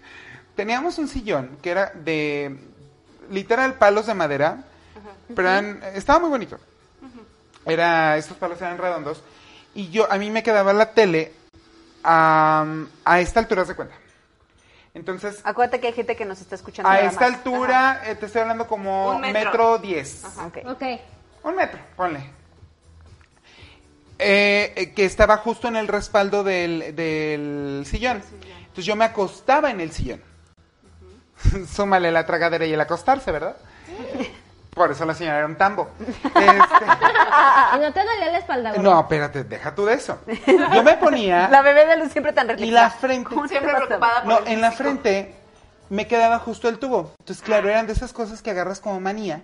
[SPEAKER 2] (laughs) teníamos un sillón que era de, literal, palos de madera, pero eran- estaba muy bonito era estos palos eran redondos y yo a mí me quedaba la tele am, a esta altura haz de cuenta entonces
[SPEAKER 4] Acuérdate que hay gente que nos está escuchando.
[SPEAKER 2] a
[SPEAKER 4] nada
[SPEAKER 2] esta
[SPEAKER 4] más.
[SPEAKER 2] altura eh, te estoy hablando como
[SPEAKER 1] Un metro.
[SPEAKER 2] metro diez
[SPEAKER 4] Ajá, ok.
[SPEAKER 3] Ok.
[SPEAKER 2] un metro ponle Eh, eh, que estaba justo en el respaldo del, del sillón entonces yo me acostaba en el sillón (laughs) súmale la tragadera y el acostarse verdad por eso la señora era un (laughs) tambo Este,
[SPEAKER 3] ¿Y no te dolía la espalda, gordo?
[SPEAKER 2] No, espérate, deja tú de eso. Yo me ponía
[SPEAKER 4] La bebé de luz siempre tan
[SPEAKER 2] y
[SPEAKER 4] reflexiva.
[SPEAKER 2] la frente.
[SPEAKER 4] ¿Cómo te
[SPEAKER 1] Siempre
[SPEAKER 4] pasa?
[SPEAKER 1] preocupada por
[SPEAKER 2] No,
[SPEAKER 1] el
[SPEAKER 2] en la
[SPEAKER 1] físico.
[SPEAKER 2] frente me quedaba justo el tubo. Entonces, claro, eran de esas cosas que agarras como manía.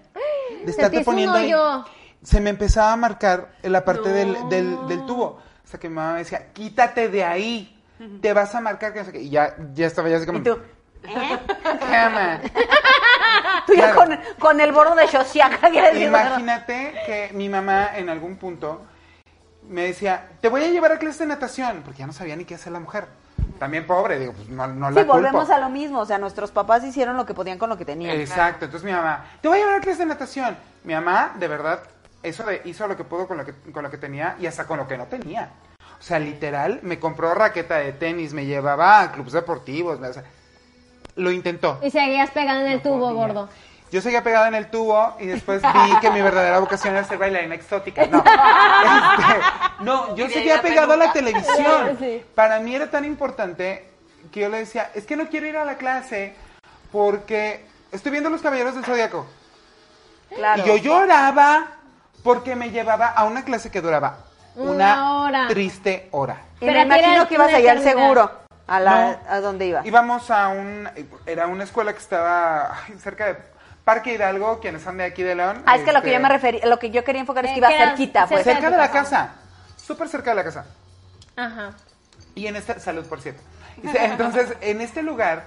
[SPEAKER 2] De
[SPEAKER 3] te
[SPEAKER 2] estarte
[SPEAKER 3] hizo un
[SPEAKER 2] poniendo ahí.
[SPEAKER 3] hoyo.
[SPEAKER 2] Se me empezaba a marcar la parte del, del- del tubo. Hasta que mi mamá me decía, quítate de ahí.
[SPEAKER 3] ¿Eh?
[SPEAKER 2] Te vas a marcar. que no sé qué. Y ya, ya estaba ya así como...
[SPEAKER 4] Y tú,
[SPEAKER 2] "Cama".
[SPEAKER 4] ¿eh? Tú ya
[SPEAKER 2] Claro.
[SPEAKER 4] con, con el borde de Shoshiaka. ya digo,
[SPEAKER 2] Imagínate que mi mamá en algún punto me decía, te voy a llevar a clases de natación, porque ya no sabía ni qué hacer la mujer. También pobre, digo, pues no, no la
[SPEAKER 4] Sí, volvemos
[SPEAKER 2] culpo.
[SPEAKER 4] a lo mismo. O sea, nuestros papás hicieron lo que podían con lo que tenían.
[SPEAKER 2] Exacto, entonces mi mamá, te voy a llevar a clases de natación. Mi mamá, de verdad, eso de hizo lo que pudo con lo que, con lo que tenía y hasta con lo que no tenía. O sea, literal, me compró raqueta de tenis, me llevaba a clubes deportivos, o sea, lo intentó.
[SPEAKER 3] Y seguías pegando en el tubo,
[SPEAKER 2] Podía.
[SPEAKER 3] gordo.
[SPEAKER 2] Yo seguía pegada en el tubo y después
[SPEAKER 4] (laughs)
[SPEAKER 2] vi que mi verdadera vocación era ser bailarina exótica. No, Este, no yo
[SPEAKER 1] Y de
[SPEAKER 2] seguía
[SPEAKER 1] la
[SPEAKER 2] pegado a la
[SPEAKER 1] peluca.
[SPEAKER 4] (laughs)
[SPEAKER 2] televisión.
[SPEAKER 3] Sí.
[SPEAKER 2] Para mí era tan importante que yo le decía, es que no quiero ir a la clase porque estoy viendo Los Caballeros del Zodíaco.
[SPEAKER 4] Claro.
[SPEAKER 2] Y yo lloraba porque me llevaba a una clase que duraba una,
[SPEAKER 3] Una hora.
[SPEAKER 2] triste hora.
[SPEAKER 4] Y
[SPEAKER 3] Pero
[SPEAKER 4] me
[SPEAKER 3] a ti era
[SPEAKER 4] imagino que ibas
[SPEAKER 3] una
[SPEAKER 4] allá al
[SPEAKER 3] eternidad.
[SPEAKER 4] seguro. A, la,
[SPEAKER 2] No.
[SPEAKER 4] a donde ibas.
[SPEAKER 2] Íbamos a un, era una escuela que estaba ay, cerca de Parque Hidalgo, quienes son de aquí de León.
[SPEAKER 4] Ah, es que lo que
[SPEAKER 2] este,
[SPEAKER 4] yo me refería, lo que yo quería enfocar es
[SPEAKER 3] Sí,
[SPEAKER 4] que iba
[SPEAKER 3] que era
[SPEAKER 4] cerquita, pues.
[SPEAKER 3] cerca.
[SPEAKER 2] Cerca de la casa, súper cerca de la casa.
[SPEAKER 3] Ajá.
[SPEAKER 2] Y en esta, salud por cierto. Dice, Entonces, en este lugar,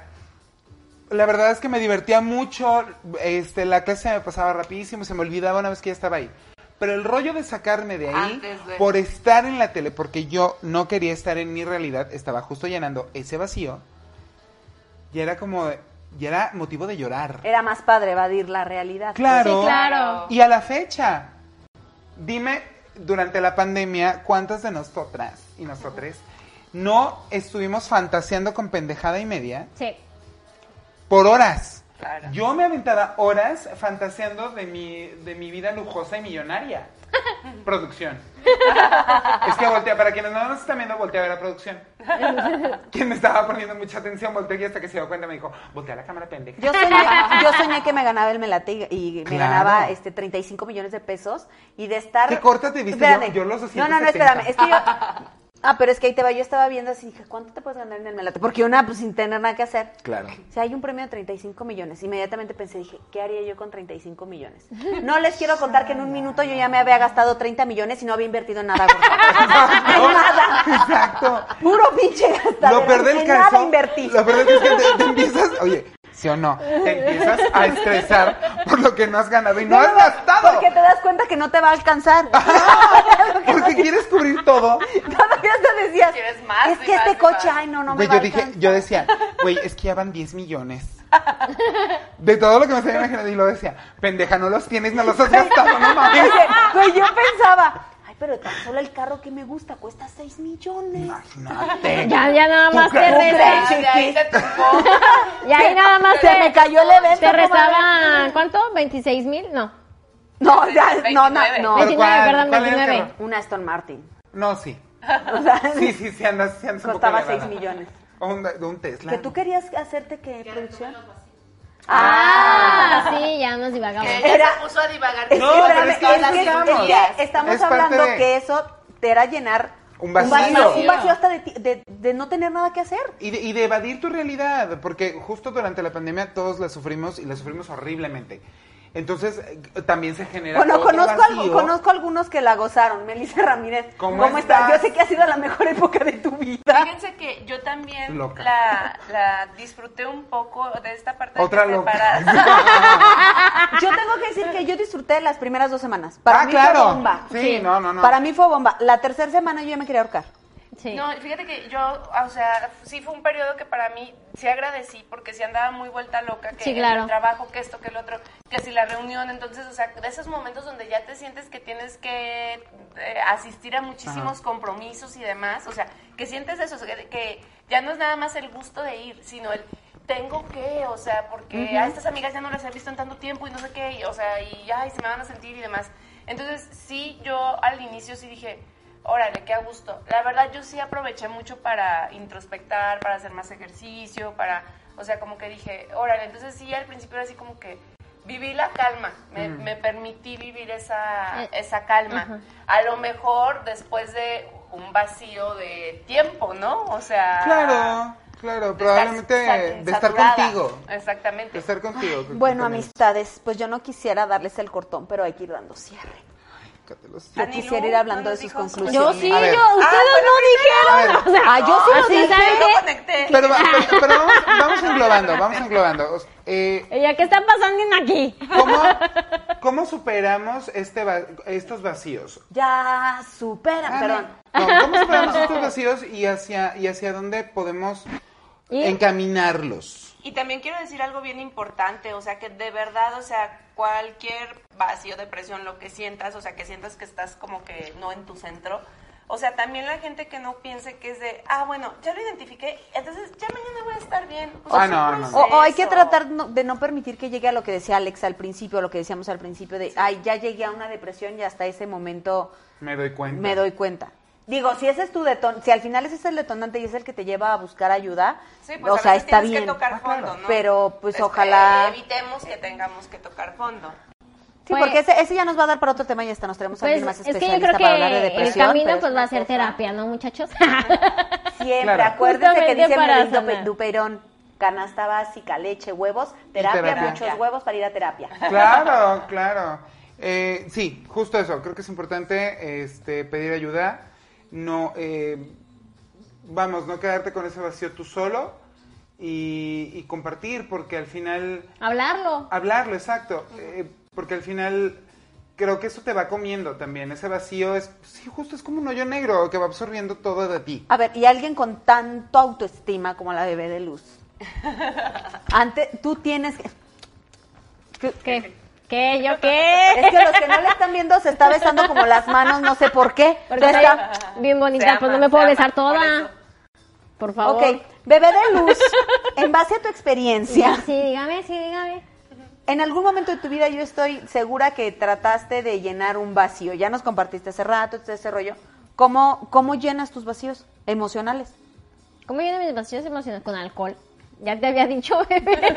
[SPEAKER 2] la verdad es que me divertía mucho, este, la clase me pasaba rapidísimo, se me olvidaba una vez que ya estaba ahí. Pero el rollo de sacarme de ahí
[SPEAKER 1] Antes de-
[SPEAKER 2] por estar en la tele, porque yo no quería estar en mi realidad, estaba justo llenando ese vacío, y era como, y era motivo de llorar.
[SPEAKER 4] Era más padre evadir la realidad.
[SPEAKER 2] Claro.
[SPEAKER 3] Sí, claro.
[SPEAKER 2] Y a la fecha, dime, durante la pandemia, ¿cuántas de nosotras y nosotres no estuvimos fantaseando con pendejada y media
[SPEAKER 3] Sí.
[SPEAKER 2] por horas?
[SPEAKER 1] Claro.
[SPEAKER 2] Yo me aventaba horas fantaseando de mi, de mi vida lujosa y millonaria. producción. es que voltea, para quienes no nos están viendo, voltea a ver a producción. Quien me estaba poniendo mucha atención, volteó y hasta que se dio cuenta me dijo, voltea a la cámara pendeja.
[SPEAKER 4] Yo soñé, yo soñé que me ganaba el melate y, y me
[SPEAKER 2] Claro.
[SPEAKER 4] ganaba este 35 millones de pesos y de estar.
[SPEAKER 2] Qué corta te viste, yo-
[SPEAKER 4] Espérame.
[SPEAKER 2] yo los
[SPEAKER 4] No, no, no,
[SPEAKER 2] 270.
[SPEAKER 4] espérame. Es que yo. Ah, pero es que ahí te va. Yo estaba viendo así, dije, ¿cuánto te puedes ganar en el melate? Porque una, pues sin tener nada que hacer.
[SPEAKER 2] (laughs) Claro.
[SPEAKER 4] O sea, hay un premio de 35 millones. Inmediatamente pensé, dije, ¿qué haría yo con 35 millones? No les quiero contar que en un minuto yo ya me había gastado 30 millones y no había invertido en nada. gordo.
[SPEAKER 2] (laughs)
[SPEAKER 4] (laughs) En nada.
[SPEAKER 2] Exacto.
[SPEAKER 4] Puro pinche gastadero.
[SPEAKER 2] lo perdé el
[SPEAKER 4] en
[SPEAKER 2] caso.
[SPEAKER 4] nada invertí.
[SPEAKER 2] Lo perdé el caso es que
[SPEAKER 4] (laughs)
[SPEAKER 2] te, te empiezas, oye, sí o no, te empiezas a estresar por lo que no has ganado y no, has gastado.
[SPEAKER 4] Porque te das cuenta que no (laughs) te va a
[SPEAKER 2] (laughs)
[SPEAKER 4] alcanzar.
[SPEAKER 2] Porque quieres cubrir todo.
[SPEAKER 4] Todavía te decías,
[SPEAKER 1] Quieres más
[SPEAKER 4] es
[SPEAKER 1] y
[SPEAKER 4] que
[SPEAKER 1] más
[SPEAKER 4] este
[SPEAKER 1] y
[SPEAKER 4] coche,
[SPEAKER 1] más.
[SPEAKER 4] ay, (laughs) no, no me
[SPEAKER 2] Güey,
[SPEAKER 4] va
[SPEAKER 2] yo
[SPEAKER 4] a
[SPEAKER 2] dije,
[SPEAKER 4] alcanzar.
[SPEAKER 2] yo
[SPEAKER 4] (laughs)
[SPEAKER 2] decía, güey, es que ya van 10 millones. De todo lo que me estaba imaginando y lo decía, pendeja, no los tienes, no los has gastado,
[SPEAKER 4] (laughs)
[SPEAKER 2] no mames.
[SPEAKER 4] Dije, güey, yo pensaba, ay, pero tan solo el carro que me gusta cuesta 6 millones.
[SPEAKER 2] Imagínate.
[SPEAKER 3] Ya, ya nada más
[SPEAKER 2] ¿Tú
[SPEAKER 3] te
[SPEAKER 2] crees?
[SPEAKER 3] resta.
[SPEAKER 1] Ah, de ahí te tumbó.
[SPEAKER 4] (laughs)
[SPEAKER 3] Y ahí nada más
[SPEAKER 4] Se
[SPEAKER 3] te,
[SPEAKER 4] me cayó el evento,
[SPEAKER 3] Te
[SPEAKER 4] comadre.
[SPEAKER 3] restaban, ¿cuánto? ¿26 mil? No.
[SPEAKER 4] No, o sea, no, no,
[SPEAKER 1] 29.
[SPEAKER 4] no.
[SPEAKER 2] ¿Pero
[SPEAKER 3] 29,
[SPEAKER 2] cuál?
[SPEAKER 3] perdón,
[SPEAKER 2] ¿Cuál era el
[SPEAKER 3] 29.
[SPEAKER 2] carro?
[SPEAKER 4] Una
[SPEAKER 2] (laughs)
[SPEAKER 4] Aston Martin.
[SPEAKER 2] No, sí.
[SPEAKER 4] O sea,
[SPEAKER 2] Sí, sí, sí, andas, sí andas un poco
[SPEAKER 4] Costaba
[SPEAKER 2] elevada.
[SPEAKER 4] seis millones.
[SPEAKER 2] O un, de un Tesla.
[SPEAKER 4] que tú querías hacerte que producción.
[SPEAKER 3] Ah, sí, ya nos divagamos.
[SPEAKER 1] Que ella
[SPEAKER 4] Era-
[SPEAKER 1] se puso a divagar.
[SPEAKER 2] No,
[SPEAKER 1] Todas
[SPEAKER 2] pero es que-
[SPEAKER 1] las
[SPEAKER 2] es que-
[SPEAKER 1] cirugías.
[SPEAKER 2] estamos.
[SPEAKER 4] es que estamos
[SPEAKER 2] Es parte
[SPEAKER 4] hablando
[SPEAKER 2] de-
[SPEAKER 4] que eso te era llenar
[SPEAKER 2] Un vacío.
[SPEAKER 4] un vacío hasta de, ti- de- de no tener nada que hacer.
[SPEAKER 2] Y de, y de evadir tu realidad, porque justo durante la pandemia todos la sufrimos y la sufrimos horriblemente. Entonces, eh, también se genera.
[SPEAKER 4] Bueno,
[SPEAKER 2] otro
[SPEAKER 4] conozco, algo-
[SPEAKER 2] vacío.
[SPEAKER 4] conozco algunos que la gozaron. Melissa Ramírez,
[SPEAKER 2] ¿Cómo
[SPEAKER 4] ¿cómo, estás?
[SPEAKER 2] estás?
[SPEAKER 4] Yo sé que ha sido la mejor época de tu vida.
[SPEAKER 1] Fíjense que yo también
[SPEAKER 2] Loca.
[SPEAKER 1] la, la disfruté un poco de esta parte
[SPEAKER 2] Otra
[SPEAKER 1] de que
[SPEAKER 2] loca.
[SPEAKER 1] separaste.
[SPEAKER 2] (laughs)
[SPEAKER 4] Yo tengo que decir que yo disfruté de las primeras dos semanas. Para
[SPEAKER 2] ah,
[SPEAKER 4] mí
[SPEAKER 2] claro.
[SPEAKER 4] fue bomba.
[SPEAKER 2] Sí, no, no, no.
[SPEAKER 4] Para mí fue bomba. La tercera semana yo ya me quería ahorcar.
[SPEAKER 3] Sí.
[SPEAKER 1] No, fíjate que yo, ah, o sea, sí fue un periodo que para mí sí agradecí porque sí andaba muy vuelta loca, que
[SPEAKER 3] Sí, claro.
[SPEAKER 1] el trabajo, que esto, que el otro, que si la reunión, entonces, o sea, de esos momentos donde ya te sientes que tienes que eh, asistir a muchísimos compromisos y demás, o sea, que sientes eso, o sea, que, que ya no es nada más el gusto de ir, sino el tengo que, o sea, porque a estas amigas ya no las he visto en tanto tiempo y no sé qué, y, o sea, y ay, se me van a sentir y demás. Entonces, sí, yo al inicio sí dije, Órale, qué a gusto. La verdad, yo sí aproveché mucho para introspectar, para hacer más ejercicio, para. O sea, como que dije, órale. Entonces, sí, al principio era así como que viví la calma. Me, me permití vivir esa,
[SPEAKER 3] Eh,
[SPEAKER 1] esa calma. A lo mejor después de un vacío de tiempo, ¿no? O sea.
[SPEAKER 2] Claro, claro.
[SPEAKER 1] de
[SPEAKER 2] Probablemente
[SPEAKER 1] estar
[SPEAKER 2] de estar
[SPEAKER 1] saturada.
[SPEAKER 2] contigo. Pues, De
[SPEAKER 1] Exactamente.
[SPEAKER 2] estar contigo.
[SPEAKER 4] Bueno,
[SPEAKER 2] también.
[SPEAKER 4] amistades, pues yo no quisiera darles el cortón, pero hay que ir dando cierre.
[SPEAKER 2] Cállate los
[SPEAKER 4] Yo
[SPEAKER 2] hijos.
[SPEAKER 1] Ani
[SPEAKER 4] quisiera
[SPEAKER 1] Lu
[SPEAKER 4] ir hablando
[SPEAKER 1] no
[SPEAKER 4] de
[SPEAKER 1] nos
[SPEAKER 4] sus
[SPEAKER 1] dijo su-
[SPEAKER 3] Yo
[SPEAKER 4] conclusiones.
[SPEAKER 3] sí,
[SPEAKER 2] A ver.
[SPEAKER 3] yo,
[SPEAKER 2] A
[SPEAKER 3] ustedes no
[SPEAKER 2] ver.
[SPEAKER 3] dijeron. O sea,
[SPEAKER 4] Ah, yo sí lo
[SPEAKER 3] o sea,
[SPEAKER 4] dije.
[SPEAKER 3] ¿saben
[SPEAKER 1] No
[SPEAKER 3] qué?
[SPEAKER 1] conecté.
[SPEAKER 2] Pero, va- pero- pero vamos, vamos englobando, vamos englobando. O sea, eh,
[SPEAKER 3] Ella, ¿qué está pasando en aquí?
[SPEAKER 2] ¿cómo, cómo superamos este va- estos vacíos?
[SPEAKER 4] Ya supera,
[SPEAKER 2] Ah,
[SPEAKER 4] perdón.
[SPEAKER 2] no. No, ¿Cómo
[SPEAKER 4] (laughs)
[SPEAKER 2] superamos estos vacíos y hacia, y hacia dónde podemos
[SPEAKER 3] ¿Y?
[SPEAKER 2] encaminarlos?
[SPEAKER 1] Y también quiero decir algo bien importante, o sea, que de verdad, o sea, cualquier vacío, depresión, lo que sientas, o sea, que sientas que estás como que no en tu centro, o sea, también la gente que no piense que es de, ah, bueno, ya lo identifiqué, entonces ya mañana voy a estar bien. O sea,
[SPEAKER 2] Ah,
[SPEAKER 1] es un
[SPEAKER 2] no, no, no.
[SPEAKER 4] O,
[SPEAKER 1] proceso.
[SPEAKER 4] o hay que tratar no- de no permitir que llegue a lo que decía Alex al principio, lo que decíamos al principio de, ay, ya llegué a una depresión y hasta ese momento
[SPEAKER 2] Me doy cuenta. (laughs)
[SPEAKER 4] me doy cuenta. Digo, si ese es tu detonante, si al final ese es el detonante y es el que te lleva a buscar ayuda,
[SPEAKER 1] Sí, pues
[SPEAKER 4] o
[SPEAKER 1] a
[SPEAKER 4] sea,
[SPEAKER 1] veces
[SPEAKER 4] está
[SPEAKER 1] tienes
[SPEAKER 4] bien.
[SPEAKER 1] que
[SPEAKER 2] Ah,
[SPEAKER 3] Ah,
[SPEAKER 1] tocar fondo,
[SPEAKER 4] Claro.
[SPEAKER 1] ¿no?
[SPEAKER 4] Pero pues
[SPEAKER 1] Este,
[SPEAKER 4] ojalá...
[SPEAKER 1] Evitemos que tengamos que tocar fondo.
[SPEAKER 4] Sí,
[SPEAKER 1] Pues
[SPEAKER 4] porque ese, ese ya nos va a dar para otro tema y hasta nos tenemos a
[SPEAKER 3] Pues
[SPEAKER 4] alguien más
[SPEAKER 3] es que yo
[SPEAKER 4] especialista
[SPEAKER 3] creo
[SPEAKER 4] para hablar de
[SPEAKER 3] que el
[SPEAKER 4] depresión.
[SPEAKER 3] camino
[SPEAKER 4] pero-
[SPEAKER 3] pues va a ser terapia, ¿no, muchachos? (laughs)
[SPEAKER 4] Siempre,
[SPEAKER 2] Claro.
[SPEAKER 4] acuérdense que
[SPEAKER 3] Justamente
[SPEAKER 4] dice
[SPEAKER 3] para
[SPEAKER 4] Merolindo
[SPEAKER 3] sanar.
[SPEAKER 4] Duperón, canasta básica, leche, huevos, terapia,
[SPEAKER 2] terapia.
[SPEAKER 4] muchos huevos para ir a terapia.
[SPEAKER 2] Claro, claro. Eh, sí, justo eso. Creo que es importante este, pedir ayuda. No, eh, vamos, no quedarte con ese vacío tú solo y, y compartir, porque al final
[SPEAKER 3] Hablarlo.
[SPEAKER 2] hablarlo, exacto, eh, porque al final creo que eso te va comiendo también. Ese vacío es, sí, justo es como un hoyo negro que va absorbiendo todo de ti.
[SPEAKER 4] A ver, y alguien con tanto autoestima como la bebé de (laughs) luz. Antes, tú tienes que...
[SPEAKER 3] ¿Qué? ¿Qué? ¿Yo qué?
[SPEAKER 4] Es que los que no le están viendo se está besando como las manos, no sé por qué.
[SPEAKER 3] Porque
[SPEAKER 4] Pero
[SPEAKER 3] soy
[SPEAKER 4] está-
[SPEAKER 3] bien bonita,
[SPEAKER 1] Se
[SPEAKER 3] pues no
[SPEAKER 1] ama,
[SPEAKER 3] me puedo
[SPEAKER 1] se ama,
[SPEAKER 3] besar
[SPEAKER 1] por
[SPEAKER 3] toda.
[SPEAKER 1] eso.
[SPEAKER 3] Por favor.
[SPEAKER 4] Ok, bebé de luz, en base a tu experiencia,
[SPEAKER 3] Sí, dígame, sí, dígame.
[SPEAKER 4] En algún momento de tu vida yo estoy segura que trataste de llenar un vacío. Ya nos compartiste hace rato, todo ese rollo. ¿Cómo, ¿Cómo llenas tus vacíos emocionales?
[SPEAKER 3] ¿Cómo vienen mis vacíos emocionales con alcohol? Ya te había dicho, (laughs) bebé.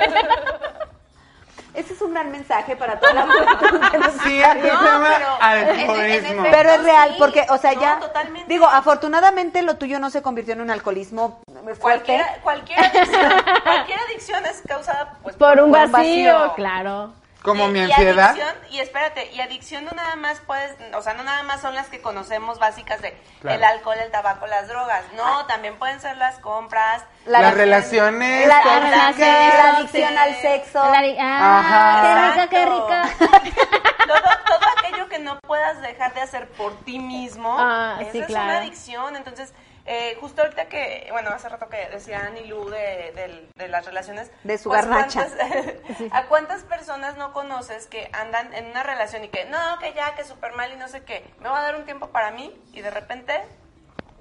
[SPEAKER 4] Ese es un gran mensaje para toda la juventud que nos
[SPEAKER 2] Sí,
[SPEAKER 4] está
[SPEAKER 2] aquí se
[SPEAKER 4] viendo.
[SPEAKER 2] llama
[SPEAKER 1] en- en- en
[SPEAKER 2] alcoholismo.
[SPEAKER 1] efecto,
[SPEAKER 4] Pero es real,
[SPEAKER 1] sí,
[SPEAKER 4] porque, o sea,
[SPEAKER 1] no,
[SPEAKER 4] ya.
[SPEAKER 1] totalmente.
[SPEAKER 4] Digo, afortunadamente lo tuyo no se convirtió en un alcoholismo fuerte.
[SPEAKER 1] Cualquier,
[SPEAKER 4] (laughs)
[SPEAKER 1] cualquier, adicción, cualquier adicción es causada pues,
[SPEAKER 3] Por un
[SPEAKER 4] Por un
[SPEAKER 3] vacío,
[SPEAKER 4] vacío.
[SPEAKER 3] claro.
[SPEAKER 2] Como
[SPEAKER 1] Y-
[SPEAKER 2] mi
[SPEAKER 1] y
[SPEAKER 2] ansiedad.
[SPEAKER 1] adicción- y espérate, y adicción no nada más puedes, o sea, no nada más son las que conocemos básicas de
[SPEAKER 2] Claro.
[SPEAKER 1] el alcohol, el tabaco, las drogas. No, también pueden ser las compras.
[SPEAKER 4] La-
[SPEAKER 2] las relaciones
[SPEAKER 4] La,
[SPEAKER 2] tóxicas.
[SPEAKER 4] la adicción, la adicción al sexo.
[SPEAKER 3] La di- ah,
[SPEAKER 2] Ajá.
[SPEAKER 3] qué rico, qué rico.
[SPEAKER 1] (laughs) todo, todo aquello que no puedas dejar de hacer por ti mismo,
[SPEAKER 3] Ah,
[SPEAKER 1] esa
[SPEAKER 3] sí,
[SPEAKER 1] es
[SPEAKER 3] claro.
[SPEAKER 1] una adicción. Entonces, eh, justo ahorita que, bueno, hace rato que decía Ani Lu de, del- de las relaciones.
[SPEAKER 4] De su garnacha.
[SPEAKER 1] garracha (laughs) ¿A cuántas personas no conoces que andan en una relación y que, no, que ya, que súper mal y no sé qué, me va a dar un tiempo para mí y de repente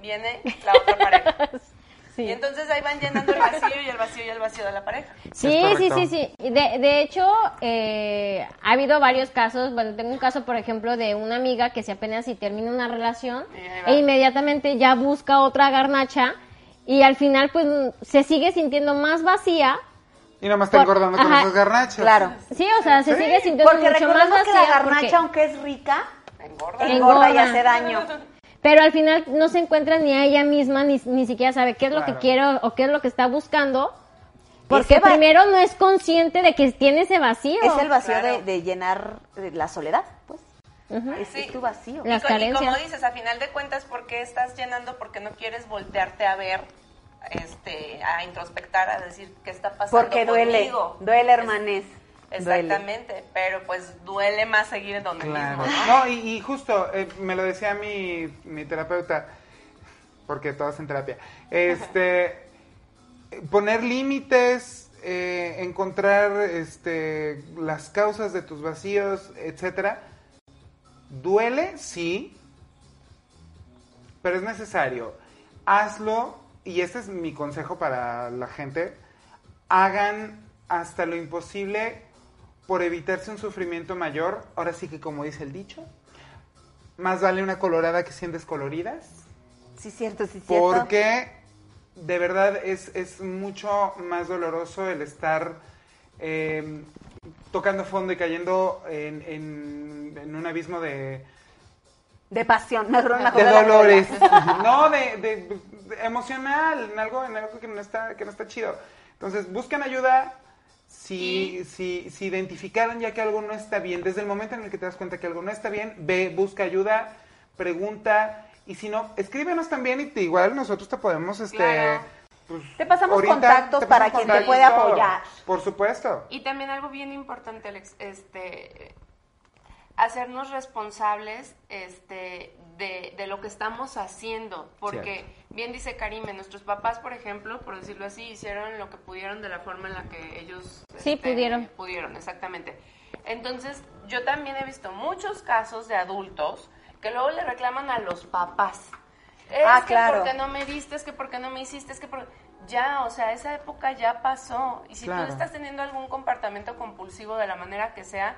[SPEAKER 1] viene la otra pareja?
[SPEAKER 3] (laughs) Sí.
[SPEAKER 1] Y entonces ahí van llenando el vacío y el vacío y el vacío de la pareja.
[SPEAKER 3] Sí,
[SPEAKER 2] Es
[SPEAKER 3] sí,
[SPEAKER 2] correcto.
[SPEAKER 3] sí, sí. Y De, de hecho, eh, ha habido varios casos. Bueno, tengo un caso, por ejemplo, de una amiga que si apenas si termina una relación
[SPEAKER 1] Y ahí va.
[SPEAKER 3] e inmediatamente ya busca otra garnacha y al final pues se sigue sintiendo más vacía.
[SPEAKER 2] Y nada más está
[SPEAKER 3] Por-
[SPEAKER 2] engordando con
[SPEAKER 3] ajá,
[SPEAKER 2] esas garnachas.
[SPEAKER 4] Claro.
[SPEAKER 3] Sí, o sea, se
[SPEAKER 2] Sí.
[SPEAKER 3] sigue sintiendo
[SPEAKER 4] Porque
[SPEAKER 3] mucho más
[SPEAKER 4] recordemos
[SPEAKER 3] vacía.
[SPEAKER 4] que la garnacha,
[SPEAKER 3] porque-
[SPEAKER 4] aunque es rica,
[SPEAKER 1] Engorda.
[SPEAKER 4] engorda y
[SPEAKER 3] Engorda.
[SPEAKER 4] hace daño.
[SPEAKER 3] Pero al final no se encuentra ni a ella misma, ni, ni siquiera sabe qué es lo
[SPEAKER 2] Claro.
[SPEAKER 3] que quiere o qué es lo que está buscando. Porque
[SPEAKER 4] Ese va-
[SPEAKER 3] primero no es consciente de que tiene ese vacío.
[SPEAKER 4] Es el vacío
[SPEAKER 1] Claro.
[SPEAKER 4] de, de llenar eh, la soledad, pues. Ese
[SPEAKER 1] Sí.
[SPEAKER 4] es tu vacío.
[SPEAKER 3] La- Las
[SPEAKER 1] y, co- y
[SPEAKER 3] carencias.
[SPEAKER 1] como dices, a final de cuentas, ¿por qué estás llenando? Porque no quieres voltearte a ver, este, a introspectar, a decir qué está pasando
[SPEAKER 4] Porque duele,
[SPEAKER 1] conmigo?
[SPEAKER 4] duele,
[SPEAKER 1] Es-
[SPEAKER 4] hermanes. duele.
[SPEAKER 1] Exactamente, pero pues duele más seguir en donde
[SPEAKER 2] Claro.
[SPEAKER 1] mismo, ¿no?
[SPEAKER 2] No, y, y justo eh, me lo decía mi, mi terapeuta, porque todas en terapia. Este, eh, poner límites, eh, encontrar este, las causas de tus vacíos, etcétera. Duele, sí, pero es necesario. Hazlo, y este es mi consejo para la gente, hagan hasta lo imposible por evitarse un sufrimiento mayor. Ahora sí que como dice el dicho, más vale una colorada que 100 descoloridas,
[SPEAKER 4] Sí, cierto, sí, cierto.
[SPEAKER 2] porque de verdad es, es mucho más doloroso el estar eh, tocando fondo y cayendo en, en- en un abismo de,
[SPEAKER 4] De pasión, (laughs) me agarró
[SPEAKER 2] de
[SPEAKER 4] una jugada de
[SPEAKER 2] dolores,
[SPEAKER 4] cola. (laughs)
[SPEAKER 2] no, de, de- de emocional, en algo, en algo que no está, que no está chido. Entonces, busquen ayuda, Si, si, si identificaron ya que algo no está bien, desde el momento en el que te das cuenta que algo no está bien, ve, busca ayuda, pregunta, y si no, escríbenos también y te- igual nosotros te podemos, este,
[SPEAKER 1] Claro.
[SPEAKER 2] pues,
[SPEAKER 4] Te pasamos
[SPEAKER 2] orientar,
[SPEAKER 4] contactos para quien te pueda apoyar.
[SPEAKER 2] Por supuesto.
[SPEAKER 1] Y también algo bien importante, Alex, este, hacernos responsables este, de, de lo que estamos haciendo. Porque, bien dice Karime, nuestros papás, por ejemplo, por decirlo así, hicieron lo que pudieron de la forma en la que ellos... este,
[SPEAKER 3] Sí, pudieron.
[SPEAKER 1] Pudieron, exactamente. Entonces, yo también he visto muchos casos de adultos que luego le reclaman a los papás. Es
[SPEAKER 4] Ah,
[SPEAKER 1] que
[SPEAKER 4] claro.
[SPEAKER 1] porque no me diste, es que porque no me hiciste, es que por... Ya, o sea, esa época ya pasó. Y si
[SPEAKER 2] Claro.
[SPEAKER 1] tú estás teniendo algún comportamiento compulsivo de la manera que sea,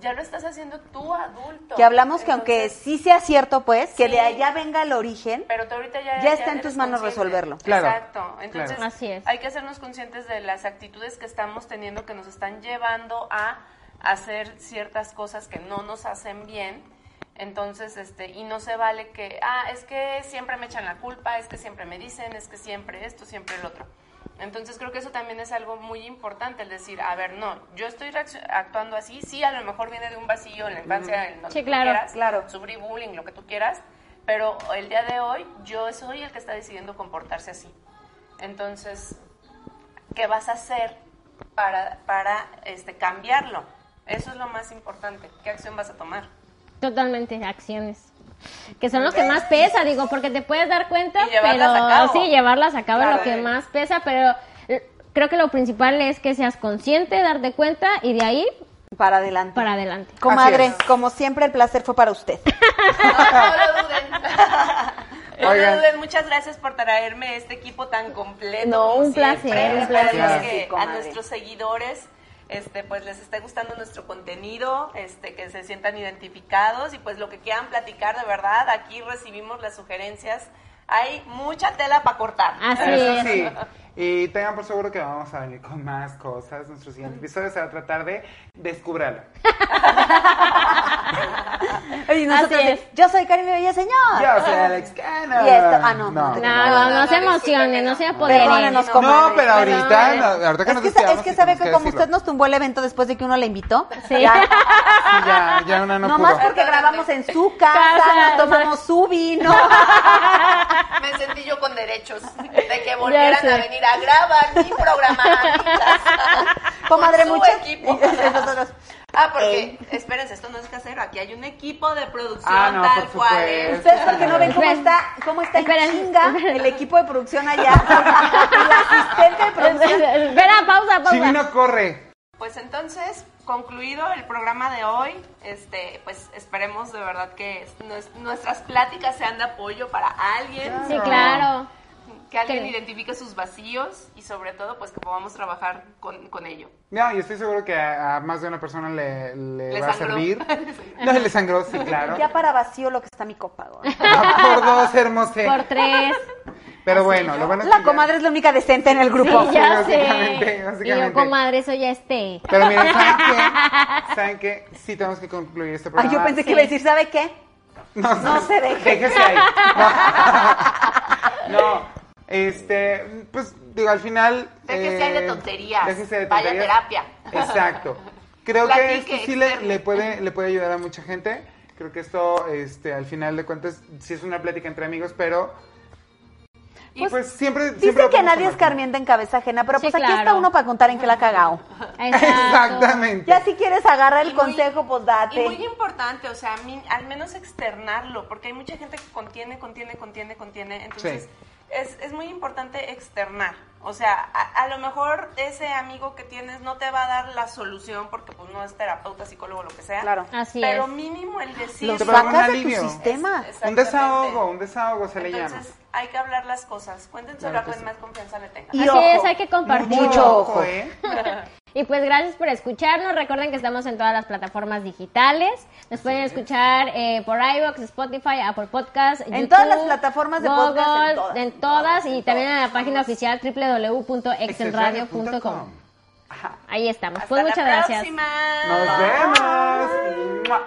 [SPEAKER 1] ya lo estás haciendo tú adulto.
[SPEAKER 4] Que hablamos que aunque
[SPEAKER 1] Entonces,
[SPEAKER 4] sí sea cierto, pues, que
[SPEAKER 1] Sí.
[SPEAKER 4] de allá venga el origen,
[SPEAKER 1] Pero tú ahorita ya...
[SPEAKER 4] ya está en
[SPEAKER 1] eres
[SPEAKER 4] tus manos
[SPEAKER 1] consciente.
[SPEAKER 4] resolverlo.
[SPEAKER 2] Claro.
[SPEAKER 1] Exacto. Entonces,
[SPEAKER 3] Claro. Así es.
[SPEAKER 1] hay que hacernos conscientes de las actitudes que estamos teniendo que nos están llevando a hacer ciertas cosas que no nos hacen bien. Entonces, este, y no se vale que, ah, es que siempre me echan la culpa, es que siempre me dicen, es que siempre esto, siempre el otro. Entonces creo que eso también es algo muy importante, el decir, a ver, no, yo estoy reaccio- actuando así, sí, a lo mejor viene de un vacío en la infancia, en donde
[SPEAKER 3] Sí,
[SPEAKER 1] tú
[SPEAKER 3] claro,
[SPEAKER 1] quieras,
[SPEAKER 4] claro.
[SPEAKER 1] sufrí bullying, lo que tú quieras, pero el día de hoy yo soy el que está decidiendo comportarse así. Entonces, ¿qué vas a hacer para, para este, cambiarlo? Eso es lo más importante. ¿Qué acción vas a tomar?
[SPEAKER 3] Totalmente, acciones. Que son lo que más pesa, digo, porque te puedes dar cuenta,
[SPEAKER 1] Y llevarlas
[SPEAKER 3] pero
[SPEAKER 1] a cabo.
[SPEAKER 3] sí, llevarlas a cabo es lo
[SPEAKER 1] Claro.
[SPEAKER 3] que más pesa, pero eh, creo que lo principal es que seas consciente, darte cuenta y de ahí
[SPEAKER 4] para adelante.
[SPEAKER 3] para adelante.
[SPEAKER 4] Comadre,
[SPEAKER 2] Así
[SPEAKER 4] como siempre, el placer fue para usted.
[SPEAKER 1] No, no lo duden. No lo
[SPEAKER 2] Oigan.
[SPEAKER 1] duden. Muchas gracias por traerme este equipo tan completo.
[SPEAKER 3] No,
[SPEAKER 1] como
[SPEAKER 3] un
[SPEAKER 1] siempre.
[SPEAKER 3] placer, un
[SPEAKER 1] Esperemos
[SPEAKER 4] placer.
[SPEAKER 1] que
[SPEAKER 4] Sí, comadre.
[SPEAKER 1] a nuestros seguidores este, pues les esté gustando nuestro contenido, este, que se sientan identificados y pues lo que quieran platicar de verdad, aquí recibimos las sugerencias. Hay mucha tela para cortar.
[SPEAKER 3] Así
[SPEAKER 2] Eso sí.
[SPEAKER 3] es.
[SPEAKER 2] Y tengan por seguro que vamos a venir con más cosas. Nuestro siguiente episodio se va a tratar de descubrirla.
[SPEAKER 4] Y nosotros
[SPEAKER 3] Así
[SPEAKER 4] de,
[SPEAKER 3] es.
[SPEAKER 4] yo soy Karime Villaseñor.
[SPEAKER 2] Yo soy Alex Cano.
[SPEAKER 4] Y esto- ah, no, no te
[SPEAKER 3] No, no, no se emocionen, no se apoderen.
[SPEAKER 4] Perdónenos,
[SPEAKER 2] No,
[SPEAKER 4] comadre.
[SPEAKER 2] pero ahorita,
[SPEAKER 3] Perdón.
[SPEAKER 2] no, ahorita que
[SPEAKER 4] Es
[SPEAKER 2] nos
[SPEAKER 4] que, sa- es
[SPEAKER 2] despidamos,
[SPEAKER 4] que
[SPEAKER 2] sí
[SPEAKER 4] sabe
[SPEAKER 2] tenemos
[SPEAKER 4] que como
[SPEAKER 2] decirlo.
[SPEAKER 4] usted nos tumbó el evento después de que uno la invitó,
[SPEAKER 3] Sí.
[SPEAKER 4] ya,
[SPEAKER 2] Sí, ya, ya una no,
[SPEAKER 4] nomás
[SPEAKER 2] pudo.
[SPEAKER 4] porque grabamos en su casa,
[SPEAKER 3] Casa,
[SPEAKER 4] nos tomamos su vino.
[SPEAKER 5] Me sentí yo con derechos de que volvieran
[SPEAKER 3] sé.
[SPEAKER 5] a venir a grabar mi programa.
[SPEAKER 3] (laughs)
[SPEAKER 5] amigas.
[SPEAKER 4] (laughs) Comadre,
[SPEAKER 5] Con su
[SPEAKER 4] muchas.
[SPEAKER 5] equipo.
[SPEAKER 4] Nosotros,
[SPEAKER 2] (laughs)
[SPEAKER 5] Ah, porque, espérense, esto no es casero, aquí hay un equipo de producción
[SPEAKER 2] Ah, no,
[SPEAKER 5] tal
[SPEAKER 2] por
[SPEAKER 5] cual. ¿eh?
[SPEAKER 2] supuesto.
[SPEAKER 4] Ustedes porque no ven cómo
[SPEAKER 3] Esperen.
[SPEAKER 4] está, cómo está en
[SPEAKER 3] Esperen.
[SPEAKER 4] chinga el equipo de producción allá. (laughs) El asistente de
[SPEAKER 3] (laughs)
[SPEAKER 4] producción.
[SPEAKER 3] Espera, pausa, pausa.
[SPEAKER 2] Chivino corre.
[SPEAKER 1] Pues entonces, concluido el programa de hoy, este, pues esperemos de verdad que nues- nuestras pláticas sean de apoyo para alguien,
[SPEAKER 3] Sí, claro.
[SPEAKER 1] que alguien
[SPEAKER 3] Que-
[SPEAKER 1] identifique sus vacíos y sobre todo pues que podamos trabajar con, con ello.
[SPEAKER 2] No, y estoy seguro que a, a más de una persona le, le
[SPEAKER 1] Le
[SPEAKER 2] va
[SPEAKER 1] sangró.
[SPEAKER 2] a servir. No, (laughs) le sangró, sí, claro.
[SPEAKER 4] Ya para vacío lo que está mi copa. güey.
[SPEAKER 2] Va por dos, hermosé.
[SPEAKER 3] Por tres.
[SPEAKER 2] Pero bueno, lo bueno es que
[SPEAKER 4] La
[SPEAKER 2] ya-
[SPEAKER 4] comadre es la única decente en el grupo.
[SPEAKER 2] (laughs)
[SPEAKER 3] Sí, ya
[SPEAKER 2] básicamente,
[SPEAKER 3] sé.
[SPEAKER 2] básicamente.
[SPEAKER 3] Digo, comadre, eso
[SPEAKER 2] (laughs)
[SPEAKER 3] ya esté.
[SPEAKER 2] Pero
[SPEAKER 4] (laughs)
[SPEAKER 2] miren, ¿saben qué? ¿Saben qué? Sí tenemos que concluir este
[SPEAKER 4] Ay,
[SPEAKER 2] programa.
[SPEAKER 4] yo pensé que iba a decir, ¿sabe qué?
[SPEAKER 2] No,
[SPEAKER 4] No se deje.
[SPEAKER 2] Déjese
[SPEAKER 4] (laughs)
[SPEAKER 2] ahí. No. Este, pues digo, al final. eh,
[SPEAKER 1] Déjese ahí de tonterías.
[SPEAKER 2] Déjese de
[SPEAKER 1] Vaya
[SPEAKER 2] tonterías.
[SPEAKER 1] terapia.
[SPEAKER 2] Exacto. Creo que
[SPEAKER 1] Platique,
[SPEAKER 2] esto sí le,
[SPEAKER 1] externe.
[SPEAKER 2] le puede, le puede ayudar a mucha gente. Creo que esto, este, al final de cuentas, sí es una plática entre amigos, pero.
[SPEAKER 1] Y
[SPEAKER 2] Pues,
[SPEAKER 1] pues,
[SPEAKER 2] siempre. siempre
[SPEAKER 4] Dice
[SPEAKER 2] lo
[SPEAKER 4] que
[SPEAKER 2] podemos
[SPEAKER 4] nadie
[SPEAKER 2] tomar.
[SPEAKER 4] escarmienta en cabeza ajena, pero
[SPEAKER 3] Sí,
[SPEAKER 4] pues aquí
[SPEAKER 3] claro.
[SPEAKER 4] está uno para contar en qué la ha cagado.
[SPEAKER 3] Exacto.
[SPEAKER 2] Exactamente.
[SPEAKER 4] Ya si quieres agarra el
[SPEAKER 1] Y muy-
[SPEAKER 4] consejo, pues date.
[SPEAKER 1] y muy importante, o sea, a mí- al menos externarlo, porque hay mucha gente que contiene, contiene, contiene, contiene, entonces
[SPEAKER 2] Sí.
[SPEAKER 1] es, es muy importante externar. O sea, a, a lo mejor ese amigo que tienes no te va a dar la solución porque pues no es terapeuta, psicólogo, lo que sea.
[SPEAKER 4] Claro.
[SPEAKER 3] Así
[SPEAKER 1] pero
[SPEAKER 3] es.
[SPEAKER 1] mínimo el decir
[SPEAKER 4] Lo
[SPEAKER 2] Te provoca un
[SPEAKER 4] sacas de tu
[SPEAKER 2] alivio.
[SPEAKER 4] sistema.
[SPEAKER 2] Un
[SPEAKER 1] Exactamente.
[SPEAKER 2] desahogo, un desahogo se le llama.
[SPEAKER 1] Entonces, hay que hablar las cosas. Cuéntenselo
[SPEAKER 2] Claro
[SPEAKER 1] a
[SPEAKER 2] que
[SPEAKER 1] quien
[SPEAKER 2] sí.
[SPEAKER 1] más confianza le tenga.
[SPEAKER 4] Y
[SPEAKER 3] Así
[SPEAKER 4] ojo,
[SPEAKER 3] es, hay que compartir.
[SPEAKER 4] mucho ojo.
[SPEAKER 2] ¿eh?
[SPEAKER 3] Y pues gracias por escucharnos. Recuerden que estamos en todas las plataformas digitales. Nos pueden escuchar eh, por iVoox, Spotify, Apple Podcasts,
[SPEAKER 4] En todas las plataformas de podcast, en
[SPEAKER 3] Google,
[SPEAKER 4] todas,
[SPEAKER 3] en
[SPEAKER 4] en
[SPEAKER 3] todas,
[SPEAKER 4] todas,
[SPEAKER 3] y
[SPEAKER 4] en
[SPEAKER 3] también en la
[SPEAKER 4] todas.
[SPEAKER 3] página oficial www.excelradio.com. Ahí estamos.
[SPEAKER 1] Hasta
[SPEAKER 3] pues
[SPEAKER 1] la
[SPEAKER 3] muchas gracias.
[SPEAKER 1] próxima.
[SPEAKER 2] Nos vemos. ¡Mua!